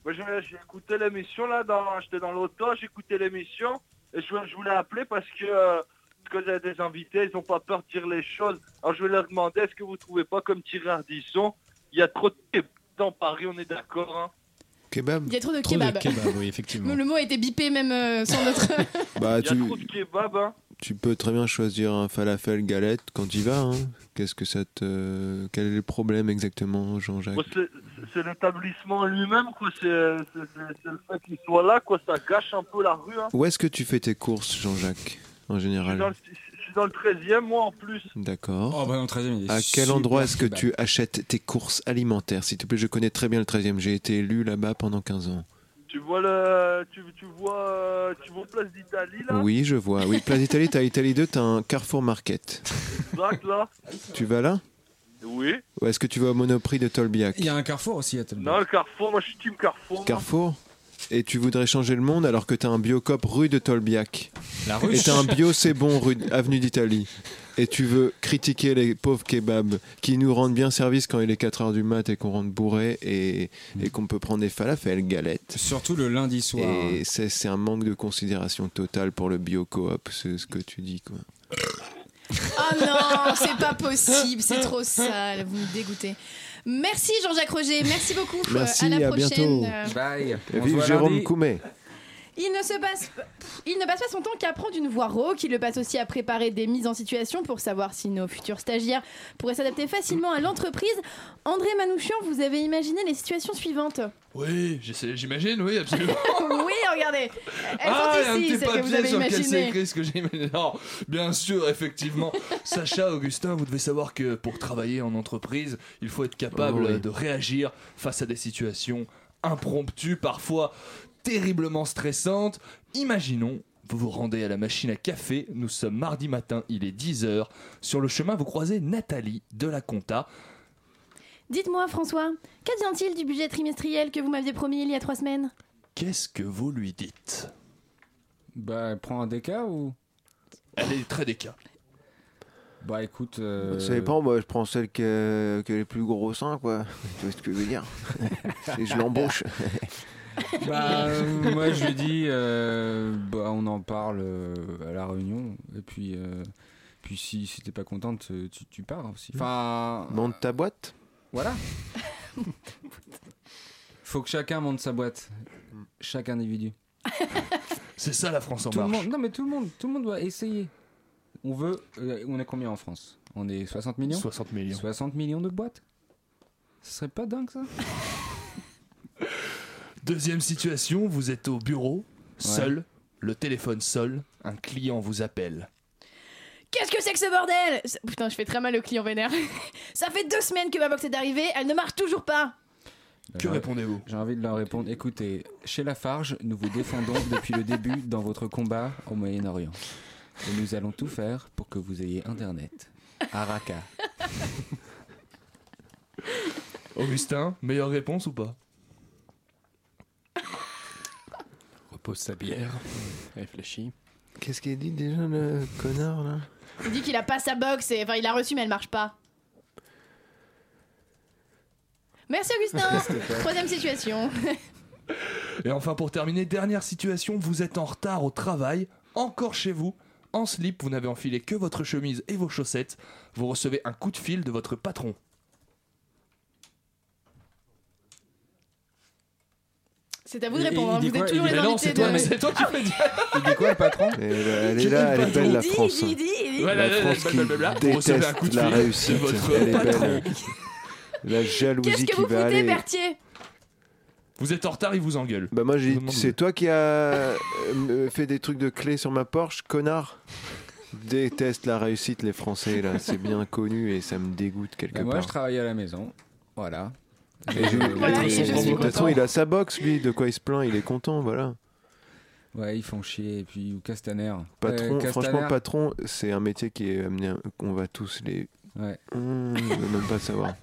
Moi, je- J'ai écouté l'émission là, dans- j'étais dans l'auto, j'écoutais l'émission et je, voulais- je voulais appeler parce que, euh, parce que vous avez des invités, ils n'ont pas peur de dire les choses. Alors je voulais leur demander, est-ce que vous trouvez pas comme Thierry Ardisson, il y a trop de kebabs dans Paris, on est d'accord hein
Kebab
Il y a trop de
Trop de
kebab.
kebab, oui,
effectivement. le mot a été bipé même euh, sans notre.
Bah, tu,
Kebab, hein
tu peux très bien choisir un falafel galette quand tu vas. hein. Qu'est-ce que ça te. Quel est le problème exactement, Jean-Jacques
Bon, c'est- c'est- C'est l'établissement lui-même, quoi. C'est c'est- c'est- c'est le fait qu'il soit là, quoi. Ça gâche un peu la rue. hein.
Où est-ce que tu fais tes courses, Jean-Jacques, en
Je suis dans
général
le- Je suis dans le 13e, moi, en plus.
D'accord.
Oh, bah, dans le 13e, il est
à quel
super
endroit est-ce que
kebab.
tu achètes tes courses alimentaires S'il te plaît, je connais très bien le 13e. J'ai été élu là-bas pendant 15 ans.
Tu vois le, tu, tu vois, euh, tu vois Place d'Italie là.
Oui, je vois. Oui, Place d'Italie, t'as Italie 2, t'as un Carrefour Market.
Zach, là.
Tu vas là
Oui.
Ou est-ce que tu vas au Monoprix de Tolbiac
Il y a un carrefour aussi à Telbon.
Non, le Carrefour. Moi, je suis team Carrefour. moi.
Carrefour et tu voudrais changer le monde alors que t'as un biocop rue de Tolbiac.
La
Et
ruche.
t'as un bio c'est bon rue d- avenue d'Italie. Et tu veux critiquer les pauvres kebabs qui nous rendent bien service quand il est 4h du mat et qu'on rentre bourré et, et qu'on peut prendre des falafels, galettes.
Surtout le lundi soir. hein.
Et c'est c'est un manque de considération totale pour le bio-coop, c'est ce que tu dis quoi.
Oh non, c'est pas possible, c'est trop sale, vous me dégoûtez. Merci Jean-Jacques Roger, merci beaucoup. euh,
Merci,
à la
à,
prochaine.
bientôt.
euh,
Bah.
Bye.
Et
On se
vive
voit
Jérôme
lundi.
Coumet.
Il ne, se passe, pff, il ne passe pas son temps qu'à prendre une voix rauque, il le passe aussi à préparer des mises en situation pour savoir si nos futurs stagiaires pourraient s'adapter facilement à l'entreprise. André Manouchian, vous avez imaginé les situations suivantes.
Oui, j'essaie- j'imagine, oui, absolument.
oui, regardez. Elles
ah, il y a
sont
un
ici,
petit
celles que vous
papier
avez
sur lequel c'est
imaginées.
écrit ce que j'ai imaginé. Non, bien sûr, effectivement. Sacha, Augustin, vous devez savoir que pour travailler en entreprise, il faut être capable
Oh oui.
de réagir face à des situations impromptues, parfois terriblement stressantes. Imaginons Vous vous rendez à la machine à café. Nous sommes mardi matin, il est 10h. Sur le chemin, vous croisez Nathalie de la Conta.
Dites-moi, François, qu'advient-il du budget trimestriel que vous m'aviez promis il y a trois semaines
Qu'est-ce que vous lui dites
Bah, prends un déca ou
Elle est très déca.
Bah, écoute. euh,
Ça dépend, moi je prends celle qui a, qui a les plus gros seins, quoi. Tu vois ce que je veux dire Et je l'embauche.
Bah, euh, moi je lui dis, euh, bah, on en parle euh, à la réunion. Et puis, euh, puis si, si t'es pas contente, euh, tu, tu pars aussi.
Mmh.
Enfin.
Monte ta boîte
Voilà. Faut que chacun monte sa boîte. Chaque individu.
C'est ça la France en
tout le
marche.
monde, Non mais tout le monde, tout le monde doit essayer. On veut. euh, on est combien en France On est 60 millions
60 millions.
60 millions de boîtes Ce serait pas dingue ça
Deuxième situation, vous êtes au bureau, seul, le téléphone seul, un client vous appelle.
Qu'est-ce que c'est que ce bordel Ça- Putain, je fais très mal au client vénère. Ça fait deux semaines que ma box est arrivée, elle ne marche toujours pas.
Que répondez-vous
J'ai envie de leur répondre écoutez, chez Lafarge, nous vous défendons depuis le début dans votre combat au Moyen-Orient. Et nous allons tout faire pour que vous ayez Internet. Araka.
Augustin, meilleure réponse ou pas
Repose sa bière, réfléchis.
Qu'est-ce qu'il dit déjà, le connard, là
Il dit qu'il a pas sa box, et... enfin il l'a reçue mais elle marche pas. Merci Augustin Troisième situation.
Et enfin pour terminer, dernière situation, vous êtes en retard au travail, encore chez vous, en slip, vous n'avez enfilé que votre chemise et vos chaussettes, vous recevez un coup de fil de votre patron.
C'est à vous de
Et- et
répondre,
il
hein,
dit
vous
quoi
êtes toujours
Il dit- Mais
les
non,
invités
c'est toi,
de-
mais c'est toi qui
Ah
fais
oui.
Il
dit quoi, le patron
Elle
Qui
est
dit
là, elle
le
est belle, la
patron
France.
Il dit, il dit, il dit. Ouais,
La
la- la-
France qui
blablabla. On recevait un coup
déteste
de
la
fil de
réussite.
votre
Elle est
patron.
belle. La jalousie
Qu'est-ce que
qui
vous
va
foutez,
aller.
Berthier
Vous êtes en retard, il vous engueule.
Bah moi j'ai
Vous
c'est toi qui as euh, me fait des trucs de clé sur ma Porsche, connard. Déteste la réussite les Français là, c'est bien connu et ça me dégoûte quelque
Bah, moi,
part.
je travaille à la maison. Voilà.
Et je-
Voilà, et je suis
de toute façon,
content.
il a sa box lui, de quoi il se plaint, il est content, voilà.
Ouais, ils font chier. Et puis, ou Castaner.
Patron,
Euh, Castaner.
franchement patron, c'est un métier qui est amené à- qu'on va tous les
Ouais.
Hum, je veux même pas savoir.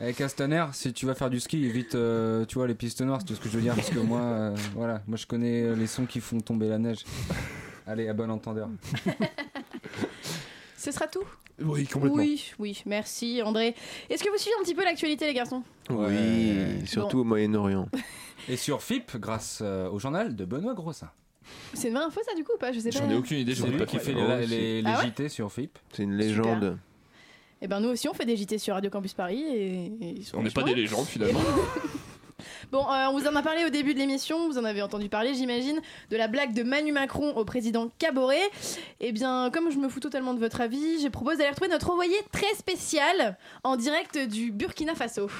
Eh, Castaner, si tu vas faire du ski, évite, euh, tu vois, les pistes noires, c'est tout ce que je veux dire. Parce que moi, euh, voilà, moi, je connais les sons qui font tomber la neige. Allez, à bon entendeur.
Ce sera tout
Oui,
Oui, oui, merci André. Est-ce que vous suivez un petit peu l'actualité les garçons
Oui, surtout au Moyen-Orient.
Et sur FIP, grâce euh, au journal de Benoît Grossin.
C'est une vraie info ça du coup ou pas Je sais pas.
idée.
je
C'est
sais
lui
pas
qui
quoi.
fait
Ah
les,
ouais,
les-
c'est-
les
Ah ouais
JT sur FIP.
Oh, C'est une légende.
Eh ben nous aussi on fait des JT sur Radio Campus Paris et, et ils sont
On n'est pas
vachement
des légendes finalement.
Bon, euh, on vous en a parlé au début de l'émission, vous en avez entendu parler, j'imagine, de la blague de Manu Macron au président Caboret. Eh bien, comme je me fous totalement de votre avis, je propose d'aller retrouver notre envoyé très spécial en direct du Burkina Faso.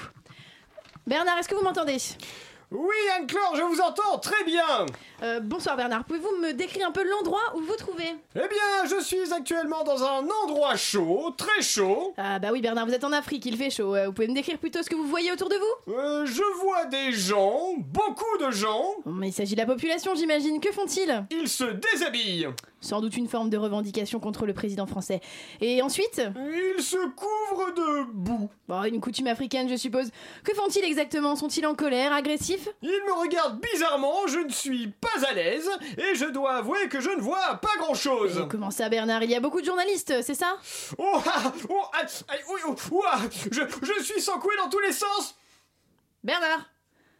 Bernard, est-ce que vous m'entendez
Oui, Anne-Claire, je vous entends très bien
Euh, Bonsoir Bernard, pouvez-vous me décrire un peu l'endroit où vous vous trouvez
Eh bien, je suis actuellement dans un endroit chaud, très chaud.
Ah bah oui Bernard, vous êtes en Afrique, il fait chaud. Euh, Vous pouvez me décrire plutôt ce que vous voyez autour de vous
Euh, je vois des gens, beaucoup de gens.
Mais il s'agit de la population, j'imagine. Que font-ils
Ils se déshabillent.
Sans doute une forme de revendication contre le président français. Et ensuite
Ils se couvrent de boue.
Bon, une coutume africaine, je suppose. Que font-ils exactement Sont-ils en colère, agressifs
Ils me regardent bizarrement, je ne suis pas à l'aise et je dois avouer que je ne vois pas grand-chose.
Comment ça, Bernard Il y a beaucoup de journalistes, c'est ça
Oh, ah, oh, ah, aïe, oui, oh, ouah, je, je suis secoué dans tous les sens.
Bernard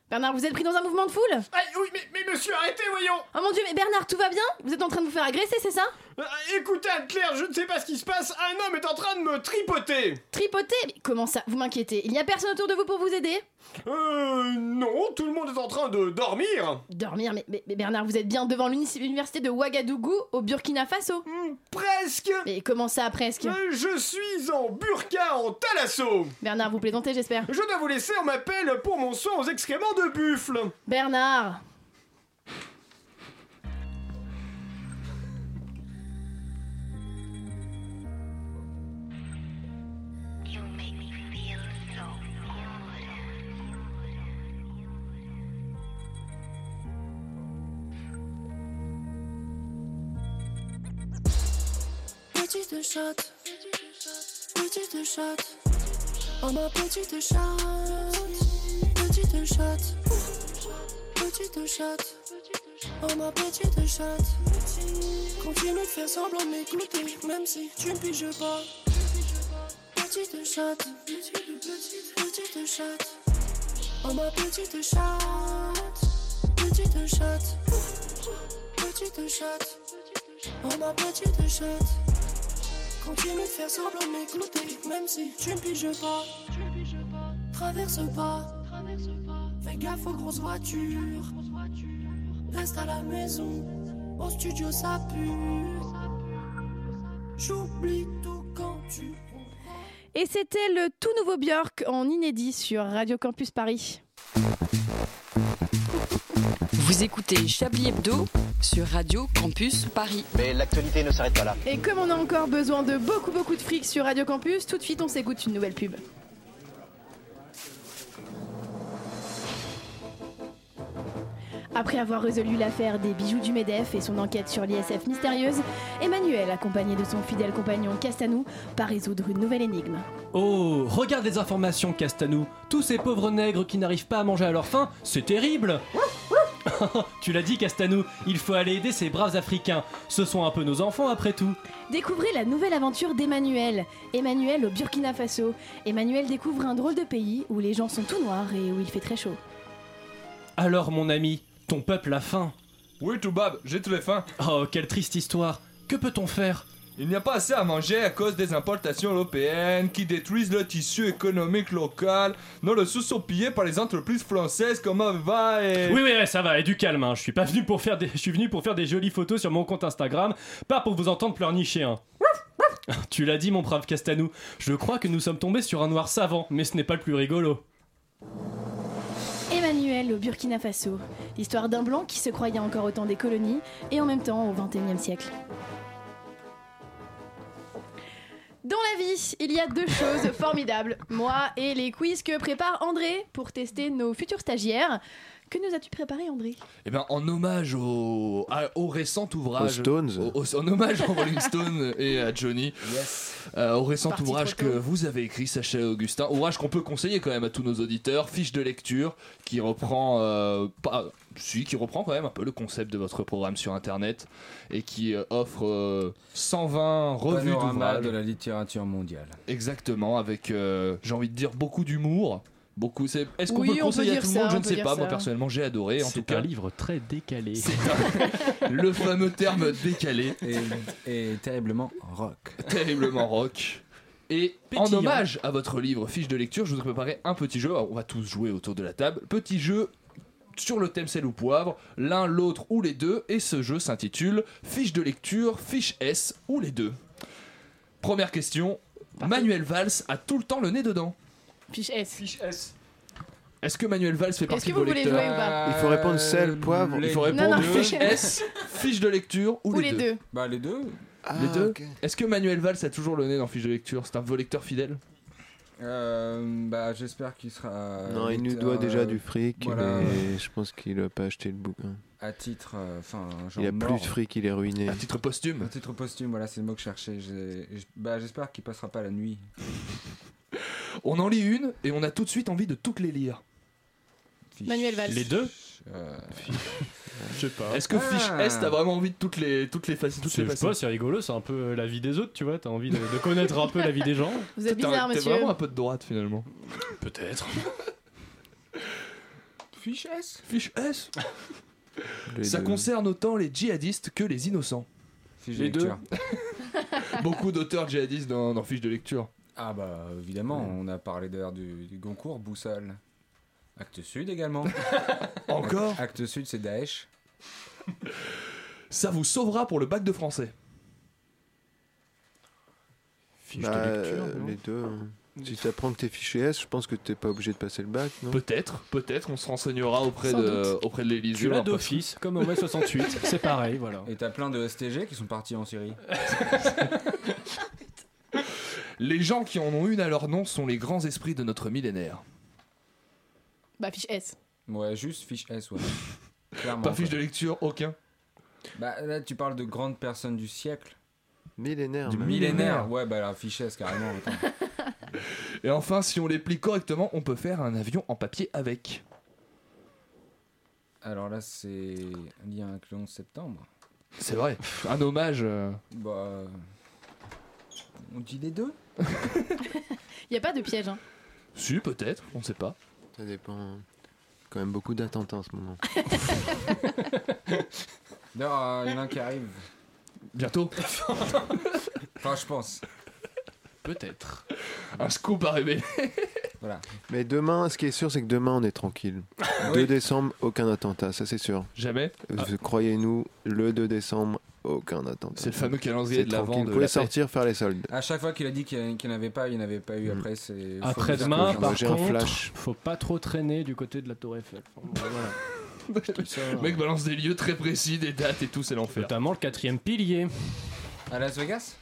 Bernard, vous êtes pris dans un mouvement de foule
Aïe, Ah, oui, mais, mais monsieur, arrêtez, voyons.
Oh mon dieu, mais Bernard, tout va bien Vous êtes en train de vous faire agresser, c'est ça
Euh, Écoutez, Anne-Claire, je ne sais pas ce qui se passe. Ah, Un homme est en train de me tripoter.
Tripoter Mais Comment ça Vous m'inquiétez. Il n'y a personne autour de vous pour vous aider
Euh, non, tout le monde est en train de dormir.
Dormir, mais, mais- mais Bernard, vous êtes bien devant l'uni- l'université de Ouagadougou au Burkina Faso
Hmm, Presque
Mais comment ça, presque
Euh, je suis en burqa en thalasso.
Bernard, vous plaisantez, j'espère.
Je dois vous laisser, on m'appelle pour mon soin aux excréments de buffle.
Bernard
petite chatte, petite chatte, oh ma petite chatte, petite chatte, petite chatte, oh ma petite chatte. Continue de faire semblant de m'écouter, même si tu ne piges pas. Petite chatte, petite chatte, oh ma petite chatte, petite chatte, petite chatte. Oh ma petite chatte Continue de faire semblant de m'écouter Même si tu ne piges pas Traverse pas Fais gaffe aux grosses voitures Reste à la maison Au studio ça pue J'oublie tout quand tu
Et c'était le tout nouveau Björk en inédit sur Radio Campus Paris.
Vous écoutez Chablis Hebdo sur Radio Campus Paris.
Mais l'actualité ne s'arrête pas là.
Et comme on a encore besoin de beaucoup beaucoup de fric sur Radio Campus, tout de suite on s'écoute une nouvelle pub. Après avoir résolu l'affaire des bijoux du MEDEF et son enquête sur l'ISF mystérieuse, Emmanuel, accompagné de son fidèle compagnon Castanou, part résoudre une nouvelle énigme.
Oh, regarde les informations, Castanou. Tous ces pauvres nègres qui n'arrivent pas à manger à leur faim, c'est terrible. tu l'as dit, Castanou, il faut aller aider ces braves Africains. Ce sont un peu nos enfants après tout.
Découvrez la nouvelle aventure d'Emmanuel. Emmanuel au Burkina Faso. Emmanuel découvre un drôle de pays où les gens sont tout noirs et où il fait très chaud.
Alors, mon ami, ton peuple a faim.
Oui, Toubab, j'ai tous les faim.
Oh, quelle triste histoire. Que peut-on faire
Il n'y a pas assez à manger à cause des importations européennes qui détruisent le tissu économique local. Nos ressources sont pillées par les entreprises françaises comme Ava et.
Oui, oui, ouais, ça va, et du calme, hein. je suis pas venu pour faire des, je suis venu pour faire des jolies photos sur mon compte Instagram, pas pour vous entendre pleurnicher, hein. Tu l'as dit, mon brave Castanou, je crois que nous sommes tombés sur un noir savant, mais ce n'est pas le plus rigolo.
Emmanuel au Burkina Faso. L'histoire d'un blanc qui se croyait encore au temps des colonies et en même temps au XXIe siècle. Dans la vie, il y a deux choses formidables. Moi et les quiz que prépare André pour tester nos futurs stagiaires. Que nous as-tu préparé, André
Eh ben, en hommage au, à- au récent ouvrage.
Aux Stones.
Au- au- en hommage aux Rolling Stones et à Johnny. Euh, au récent
Parti
ouvrage que
trop tôt.
vous avez écrit, Sacha et Augustin. Ouvrage qu'on peut conseiller quand même à tous nos auditeurs. Fiche de lecture qui reprend. euh, pas, si, qui reprend quand même un peu le concept de votre programme sur internet et qui euh, offre euh, 120 revues
Panorama
d'ouvrages.
de la littérature mondiale.
Exactement, avec, euh, j'ai envie de dire, beaucoup d'humour. Beaucoup, c'est... Est-ce qu'on
Oui,
peut le
on peut
conseiller à
dire
tout le
ça,
monde Je
on
ne
peut
sais
dire
pas, moi
ça.
personnellement j'ai adoré. En
C'est
tout cas,
un livre très décalé.
le fameux terme décalé.
Et, terriblement rock.
Terriblement rock. Et en
Pétillant.
hommage à votre livre Fiche de lecture, je vous ai préparé un petit jeu. Alors, on va tous jouer autour de la table. Petit jeu sur le thème sel ou poivre, l'un, l'autre ou les deux. Et ce jeu s'intitule Fiche de lecture, Fiche S ou les deux. Première question. Manuel Valls a tout le temps le nez dedans.
Fiche S. Fiche
S.
Est-ce que Manuel Valls fait partie
que
de vos
vous voulez
lecteurs
jouer ou pas
Il faut répondre sel, poivre.
Il faut
les- Non,
répondre
non.
fiche S, fiche de lecture ou,
Ou les deux.
Bah les deux.
les deux.
ok.
Est-ce que Manuel Valls a toujours le nez dans fiche de lecture C'est un de vos lecteurs fidèles
Euh, bah j'espère qu'il sera.
Non, il nous
lecteur,
doit déjà
euh,
du fric,
voilà,
mais je pense qu'il a pas acheté le bouquin.
À titre, euh, enfin, genre
Il a
mort.
plus de fric, il est ruiné.
À titre posthume
À titre posthume, voilà, c'est le mot que je cherchais. J'ai- j- Bah j'espère qu'il passera pas la nuit.
On en lit une et on a tout de suite envie de toutes les lire.
Manuel Valls. Les
deux
Je sais pas.
Euh, Est-ce que fiche
Ah.
S t'as vraiment envie de toutes les toutes les facettes toutes
C'est
les
je sais pas,
facettes
c'est rigolo, c'est un peu la vie des autres, tu vois. T'as envie de, de connaître un peu la vie des gens.
Vous êtes
T'as-
bizarre,
t'es
monsieur.
vraiment un peu de droite finalement.
Peut-être.
Fiche S
Fiche S
Les
Ça
deux.
concerne autant les djihadistes que les innocents.
Fiche de lecture.
Beaucoup d'auteurs djihadistes dans, dans fiche de lecture.
Ah bah évidemment, on a parlé d'ailleurs du, du Goncourt, Boussole. Acte Sud également.
Encore
Acte Sud, c'est Daesh.
Ça vous sauvera pour le bac de français. Fiche
Bah,
de lecture.
euh,
non
les deux. hein.
Mmh.
Si t'apprends que t'es fiché S, je pense que t'es pas obligé de passer le bac, non
Peut-être, peut-être, on se renseignera auprès
Sans
de,
doute.
auprès de l'Élysée.
Tu l'as
on va pas-
d'office,
comme au mai 68, c'est pareil, voilà.
Et t'as plein de STG qui sont partis en Syrie.
Les gens qui en ont une à leur nom sont les grands esprits de notre millénaire.
Bah, fiche S.
Ouais, juste fiche S, ouais. Clairement.
Pas fiche
quoi.
de lecture, aucun.
Bah là, tu parles de grandes personnes du siècle.
Millénaire.
Du
même.
millénaire, ouais, bah la fichesse carrément. attends.
Et enfin, si on les plie correctement, on peut faire un avion en papier avec.
Alors là, c'est lié avec le 11 septembre.
C'est vrai. Un hommage. euh,
Bah. euh, On dit les deux
Il n'y a pas de piège. Hein.
Si, peut-être, on sait pas.
Ça dépend. Quand même beaucoup d'attentes en ce moment.
D'ailleurs, euh, il y en a un qui arrive.
Bientôt.
enfin, je pense.
Peut-être. Un scoop à révéler.
Voilà.
Mais demain, ce qui est sûr, c'est que demain, on est tranquille. 2 décembre, aucun attentat, ça c'est sûr.
Ah Jamais. Ah.
Vous- Croyez-nous, le 2 décembre, aucun attentat.
C'est le fameux calendrier
C'est
de l'avant
tranquille.
de
Vous pouvez
la paix.
sortir, faire les soldes.
À chaque fois qu'il a dit qu'il n'y en avait pas, il n'y en avait pas eu.
Mm.
Après, c'est. faut nous
Après-demain,
faire
par
confiance.
contre, faut pas trop traîner du côté de la Tour Eiffel. Enfin, voilà.
Le mec balance des lieux très précis, des dates et tout, c'est l'enfer.
Notamment le quatrième pilier.
À Las Vegas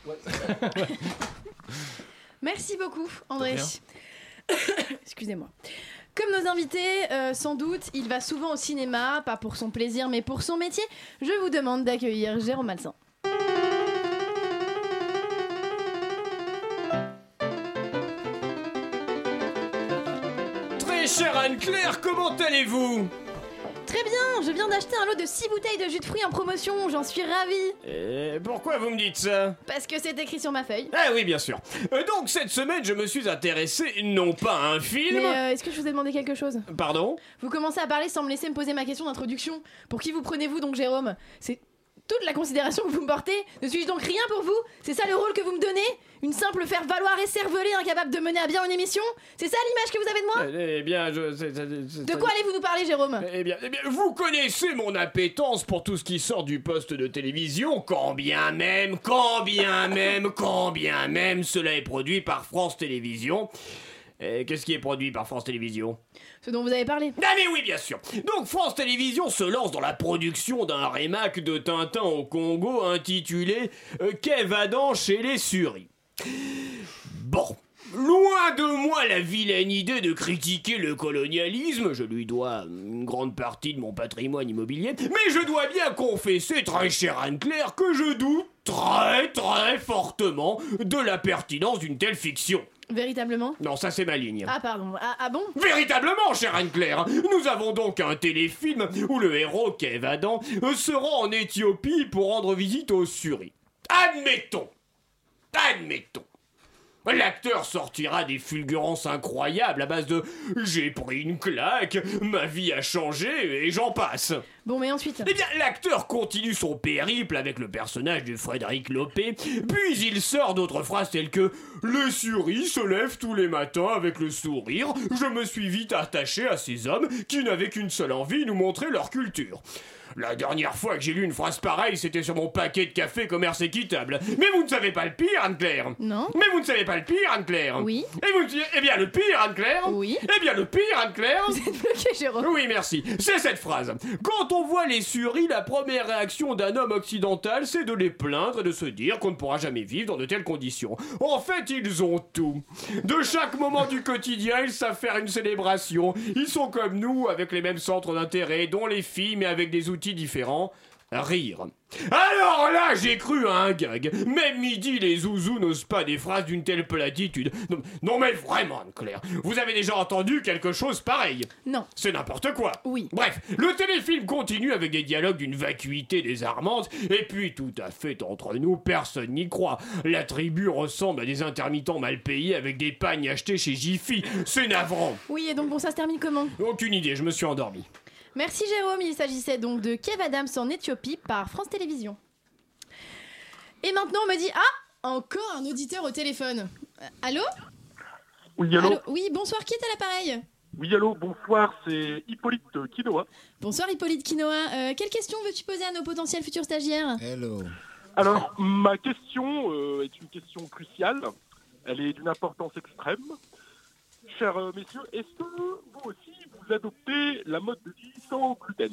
Merci beaucoup,
De
André.
rien.
Excusez-moi. Comme nos invités, euh, sans doute, il va souvent au cinéma, pas pour son plaisir, mais pour son métier. Je vous demande d'accueillir Jérôme Malsain.
Très chère Anne-Claire, comment allez-vous
Très bien, je viens d'acheter un lot de 6 bouteilles de jus de fruits en promotion, j'en suis ravie.
Euh, Pourquoi vous me dites ça
Parce que c'est écrit sur ma feuille.
Ah oui, bien sûr. Euh, donc cette semaine, je me suis intéressé non pas à un film.
Mais euh, est-ce que je vous ai demandé quelque chose
Pardon
Vous commencez à parler sans me laisser me poser ma question d'introduction. Pour qui vous prenez-vous donc, Jérôme C'est toute la considération que vous me portez Ne suis-je donc rien pour vous C'est ça le rôle que vous me donnez Une simple faire-valoir et cervelée incapable de mener à bien une émission C'est ça l'image que vous avez de moi
Euh, Eh bien, je. c'est- c'est- c'est-
De quoi allez-vous nous parler, Jérôme
Eh bien, eh bien, vous connaissez mon appétence pour tout ce qui sort du poste de télévision, quand bien même, quand bien même, quand bien même cela est produit par France Télévisions. Euh, Qu'est-ce qui est produit par France Télévisions
Ce dont vous avez parlé.
ah mais oui, bien sûr. Donc France Télévisions se lance dans la production d'un remake de Tintin au Congo intitulé euh, Kevadan chez les Suris. Bon. Loin de moi la vilaine idée de critiquer le colonialisme, je lui dois une grande partie de mon patrimoine immobilier, mais je dois bien confesser, très chère Anne-Claire, que je doute très très fortement de la pertinence d'une telle fiction.
Véritablement
Non, ça c'est ma ligne.
Ah pardon, ah, ah bon
Véritablement, chère Anne-Claire, nous avons donc un téléfilm où le héros Kev Adam euh, se rend en Éthiopie pour rendre visite aux Suri. Admettons Admettons L'acteur sortira des fulgurances incroyables à base de J'ai pris une claque, ma vie a changé et j'en passe.
Bon mais ensuite...
Eh bien, l'acteur continue son périple avec le personnage de Frédéric Lopé, puis il sort d'autres phrases telles que Les souris se lèvent tous les matins avec le sourire, je me suis vite attaché à ces hommes qui n'avaient qu'une seule envie, nous montrer leur culture. La dernière fois que j'ai lu une phrase pareille, c'était sur mon paquet de café commerce équitable. Mais vous ne savez pas le pire, Anne-Claire
Non
Mais vous ne savez pas le pire, Anne-Claire
Oui.
Et vous ne savez- Eh bien, le pire, Anne-Claire
Oui.
Eh bien, le pire, Anne-Claire
Vous êtes bloqué, Jérôme.
oui, merci. C'est cette phrase. Quand on voit les suris, la première réaction d'un homme occidental, c'est de les plaindre et de se dire qu'on ne pourra jamais vivre dans de telles conditions. En fait, ils ont tout. De chaque moment du quotidien, ils savent faire une célébration. Ils sont comme nous, avec les mêmes centres d'intérêt, dont les filles, mais avec des outils différents. Rire. Alors là, j'ai cru à un gag. Même midi, les zouzous n'osent pas des phrases d'une telle platitude. Non, non mais vraiment, Anne-Claire, vous avez déjà entendu quelque chose pareil
Non.
c'est n'importe quoi.
Oui.
Bref, le téléfilm continue avec des dialogues d'une vacuité désarmante, et puis tout à fait entre nous, personne n'y croit. La tribu ressemble à des intermittents mal payés avec des pagnes achetées chez Jiffy. C'est navrant.
Oui et donc bon ça se termine comment
Aucune idée, je me suis endormi.
Merci Jérôme, il s'agissait donc de Kev Adams en Éthiopie par France Télévisions. Et maintenant on me dit Ah Encore un auditeur au téléphone. Euh, allô
Oui, allô
Oui, bonsoir, qui est à l'appareil
Oui, allô, bonsoir, c'est Hippolyte euh, Quinoa.
Bonsoir Hippolyte Quinoa, Euh, quelle question veux-tu poser à nos potentiels futurs stagiaires
Hello. Alors, ma question euh, est une question cruciale. Elle est d'une importance extrême. Chers euh, messieurs, est-ce que vous aussi, vous adoptez la mode de vie sans gluten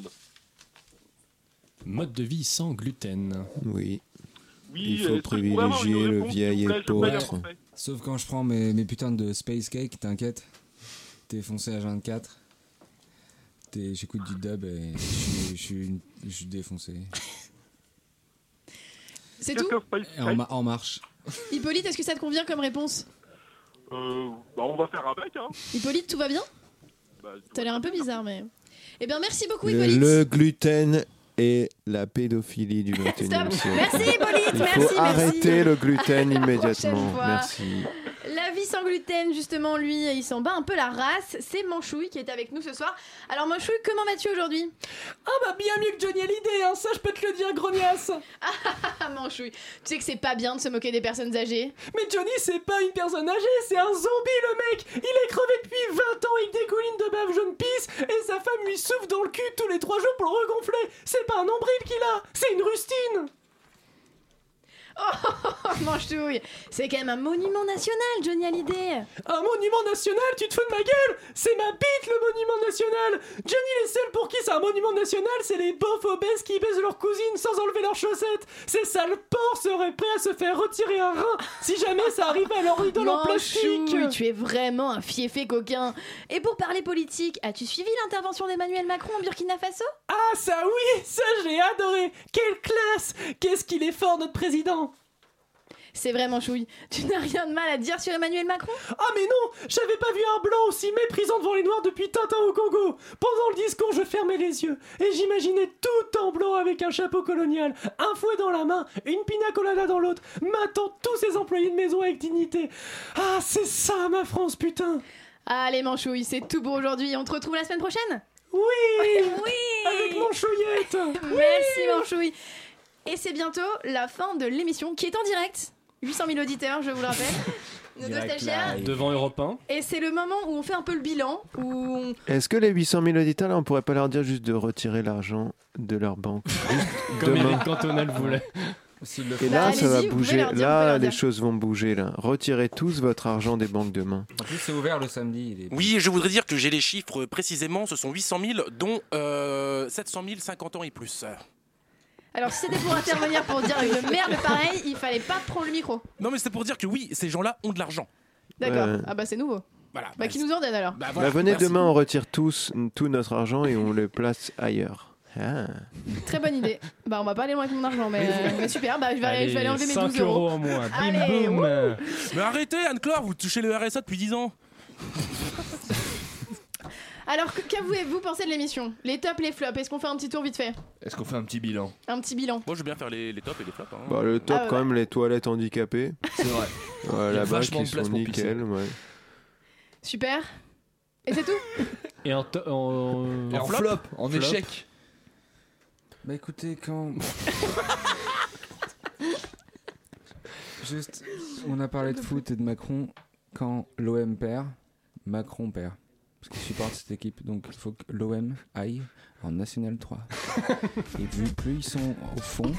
Mode de vie sans gluten.
Oui.
Oui,
Il faut
euh,
privilégier le vieil et pauvre.
Sauf quand je prends mes, mes putains de space cake, t'inquiète. T'es foncé à 24. T'es- J'écoute du dub et je suis- je suis une- je suis défoncé.
C'est tout
En, ma- en marche.
Hippolyte, est-ce que ça te convient comme réponse
Euh, bah, on va faire avec, hein.
Hippolyte, tout va bien
Bah, tout
T'as l'air un peu bizarre, mais. Eh bien, merci beaucoup,
le,
Hippolyte.
le gluten et la pédophilie du 21
Stop.
siècle.
Merci, Hippolyte,
Il
merci,
faut
merci.
arrêter le gluten
À la
immédiatement.
prochaine fois.
Merci.
La vie sans gluten, justement, lui, il s'en bat un peu la race. C'est Manchouille qui est avec nous ce soir. Alors, Manchouille, comment vas-tu aujourd'hui Ah, bah, bien mieux que Johnny Hallyday, hein, ça, je peux te le dire, grognasse Ah, Manchouille, tu sais que c'est pas bien de se moquer des personnes âgées.
Mais Johnny, c'est pas une personne âgée, c'est un zombie le mec Il est crevé depuis 20 ans, il dégouline de bave jaune pisse et sa femme lui souffle dans le cul tous les 3 jours pour le regonfler C'est pas un nombril qu'il a, c'est une rustine
Oh, Manchouille, c'est quand même un monument national, Johnny Hallyday
Un monument national, tu te fous de ma gueule C'est ma bite le monument national Johnny, les seuls pour qui c'est un monument national, c'est les beaufs obèses qui baisent leurs cousines sans enlever leurs chaussettes Ces sales porcs seraient prêts à se faire retirer un rein si jamais ça arrivait à leur
Oh,
idole en plastique
Manchouille, tu es vraiment un fiefé coquin. Et pour parler politique, as-tu suivi l'intervention d'Emmanuel Macron au Burkina Faso
Ah ça oui, ça j'ai adoré Quelle classe Qu'est-ce qu'il est fort notre président
C'est vrai, Manchouille, tu n'as rien de mal à dire sur Emmanuel Macron
Ah mais non J'avais pas vu un blanc aussi méprisant devant les noirs depuis Tintin au Congo Pendant le discours je fermais les yeux et j'imaginais tout en blanc avec un chapeau colonial, un fouet dans la main, une pina colada dans l'autre, matant tous ses employés de maison avec dignité. Ah c'est ça ma France putain
Allez Manchouille, c'est tout pour aujourd'hui. On te retrouve la semaine prochaine
Oui
Oui
Avec Manchouillette
Merci
Oui
Manchouille Et c'est bientôt la fin de l'émission qui est en direct. 800 000 auditeurs, je vous le rappelle. Nos deux stagiaires.
Devant Europe 1.
Et c'est le moment où on fait un peu le bilan, où on...
Est-ce que les 800 000 auditeurs, là, on pourrait pas leur dire juste de retirer l'argent de leur banque juste
Comme
demain.
Eric Cantona le voulait.
Et là, ça va
Bah, allez-y, vous pouvez
bouger.
leur dire, vous pouvez
Là,
leur
les
dire.
choses vont bouger. Là, retirez tous votre argent des banques demain.
En
Ah,
plus, c'est ouvert le samedi. il est-
Oui, et je voudrais dire que j'ai les chiffres euh, précisément, ce sont 800 000, dont euh, 700 000, 50 ans et plus.
Alors si c'était pour intervenir pour dire une merde pareille, il fallait pas prendre le micro.
Non, mais c'est pour dire que oui, ces gens-là ont de l'argent.
D'accord.
Ouais.
Ah bah c'est nouveau.
Voilà.
Bah qui nous en donne alors
Bah, venez demain, on retire tous tout notre argent et on le place ailleurs. Ah.
Très bonne idée. Bah on va pas aller loin avec mon argent, mais, euh, mais super. Bah je vais, aller- je vais aller enlever mes
5
12 euros.
en moins.
Bim, Allez, boum. wouh.
Mais arrêtez, Anne-Claire, vous touchez le RSA depuis 10 ans.
Alors que- qu'avouez-vous penser de l'émission Les tops, les flops. Est-ce qu'on fait un petit tour vite fait
Est-ce qu'on fait un petit bilan
Un petit bilan.
Moi, je veux bien faire les, les tops et les flops. hein.
Bah, le top
Ah,
quand
ouais.
même, les toilettes handicapées.
C'est vrai.
Ouais,
Il y a
Là-bas,
vachement
qui
de place
sont
pour pisser.
nickel. Ouais.
Super. Et c'est tout
Et en, to- en...
Et en flop, en échec.
Bah écoutez, quand. Juste, on a parlé de foot et de Macron. Quand l'OM perd, Macron perd. Parce qu'il supporte cette équipe, donc il faut que l'OM aille en National 3. et plus, plus ils sont au fond,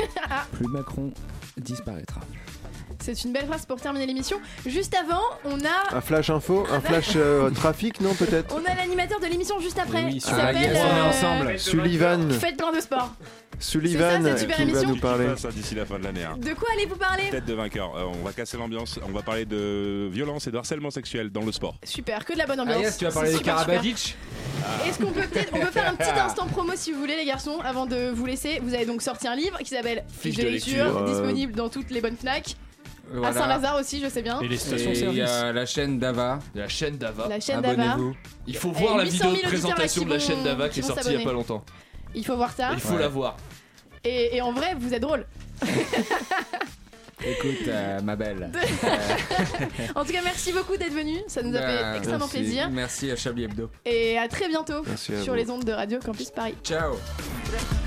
plus Macron disparaîtra.
Ah, C'est une belle phrase pour terminer l'émission. Juste avant, on a.
Un flash info, un flash euh, trafic, non Ah, peut-être.
On a l'animateur de l'émission
Eh
juste après.
Oui,
qui
ah,
s'appelle,
euh,
yes. On est ensemble. Sullivan.
Faites plein de sport.
Sullivan
C'est ça, cette super
qui va
émission
nous parler.
Ça d'ici la fin de l'année. hein.
De quoi allez-vous parler
Tête de vainqueur. Euh, on va casser l'ambiance. On va parler de violence et de harcèlement sexuel dans le sport.
Super, que de la bonne ambiance.
Ah yes, tu vas parler
C'est
des
super, super.
Karabadic
Est-ce qu'on peut peut-être on peut faire un petit instant promo si vous voulez les garçons avant de vous laisser. Vous avez donc sorti un livre qui s'appelle Fiche de lecture,
lecture, euh,
disponible dans toutes les bonnes Fnac. À
Voilà.
Saint-Lazare aussi, je sais bien.
Il
euh,
y a la chaîne Dava.
La chaîne Dava.
La chaîne Dava. Eh,
Abonnez-vous.
Il faut
Et
voir la
800
vidéo
000
de présentation
auditeurs
de la
qui
chaîne
vont-
Dava
qui
qui est
vont
sortie il y a
s'abonner. Ah.
pas longtemps.
Il faut voir ça.
Il faut la voir.
Et, et en vrai, vous êtes drôle.
Écoute, euh, ma belle.
En tout cas, merci beaucoup d'être venu. Ça nous a fait
Bah,
extrêmement
merci.
plaisir.
Merci à Chablis Hebdo.
Et à très bientôt
Merci à
sur
vous.
les ondes de Radio Campus Paris.
Ciao.
Ciao.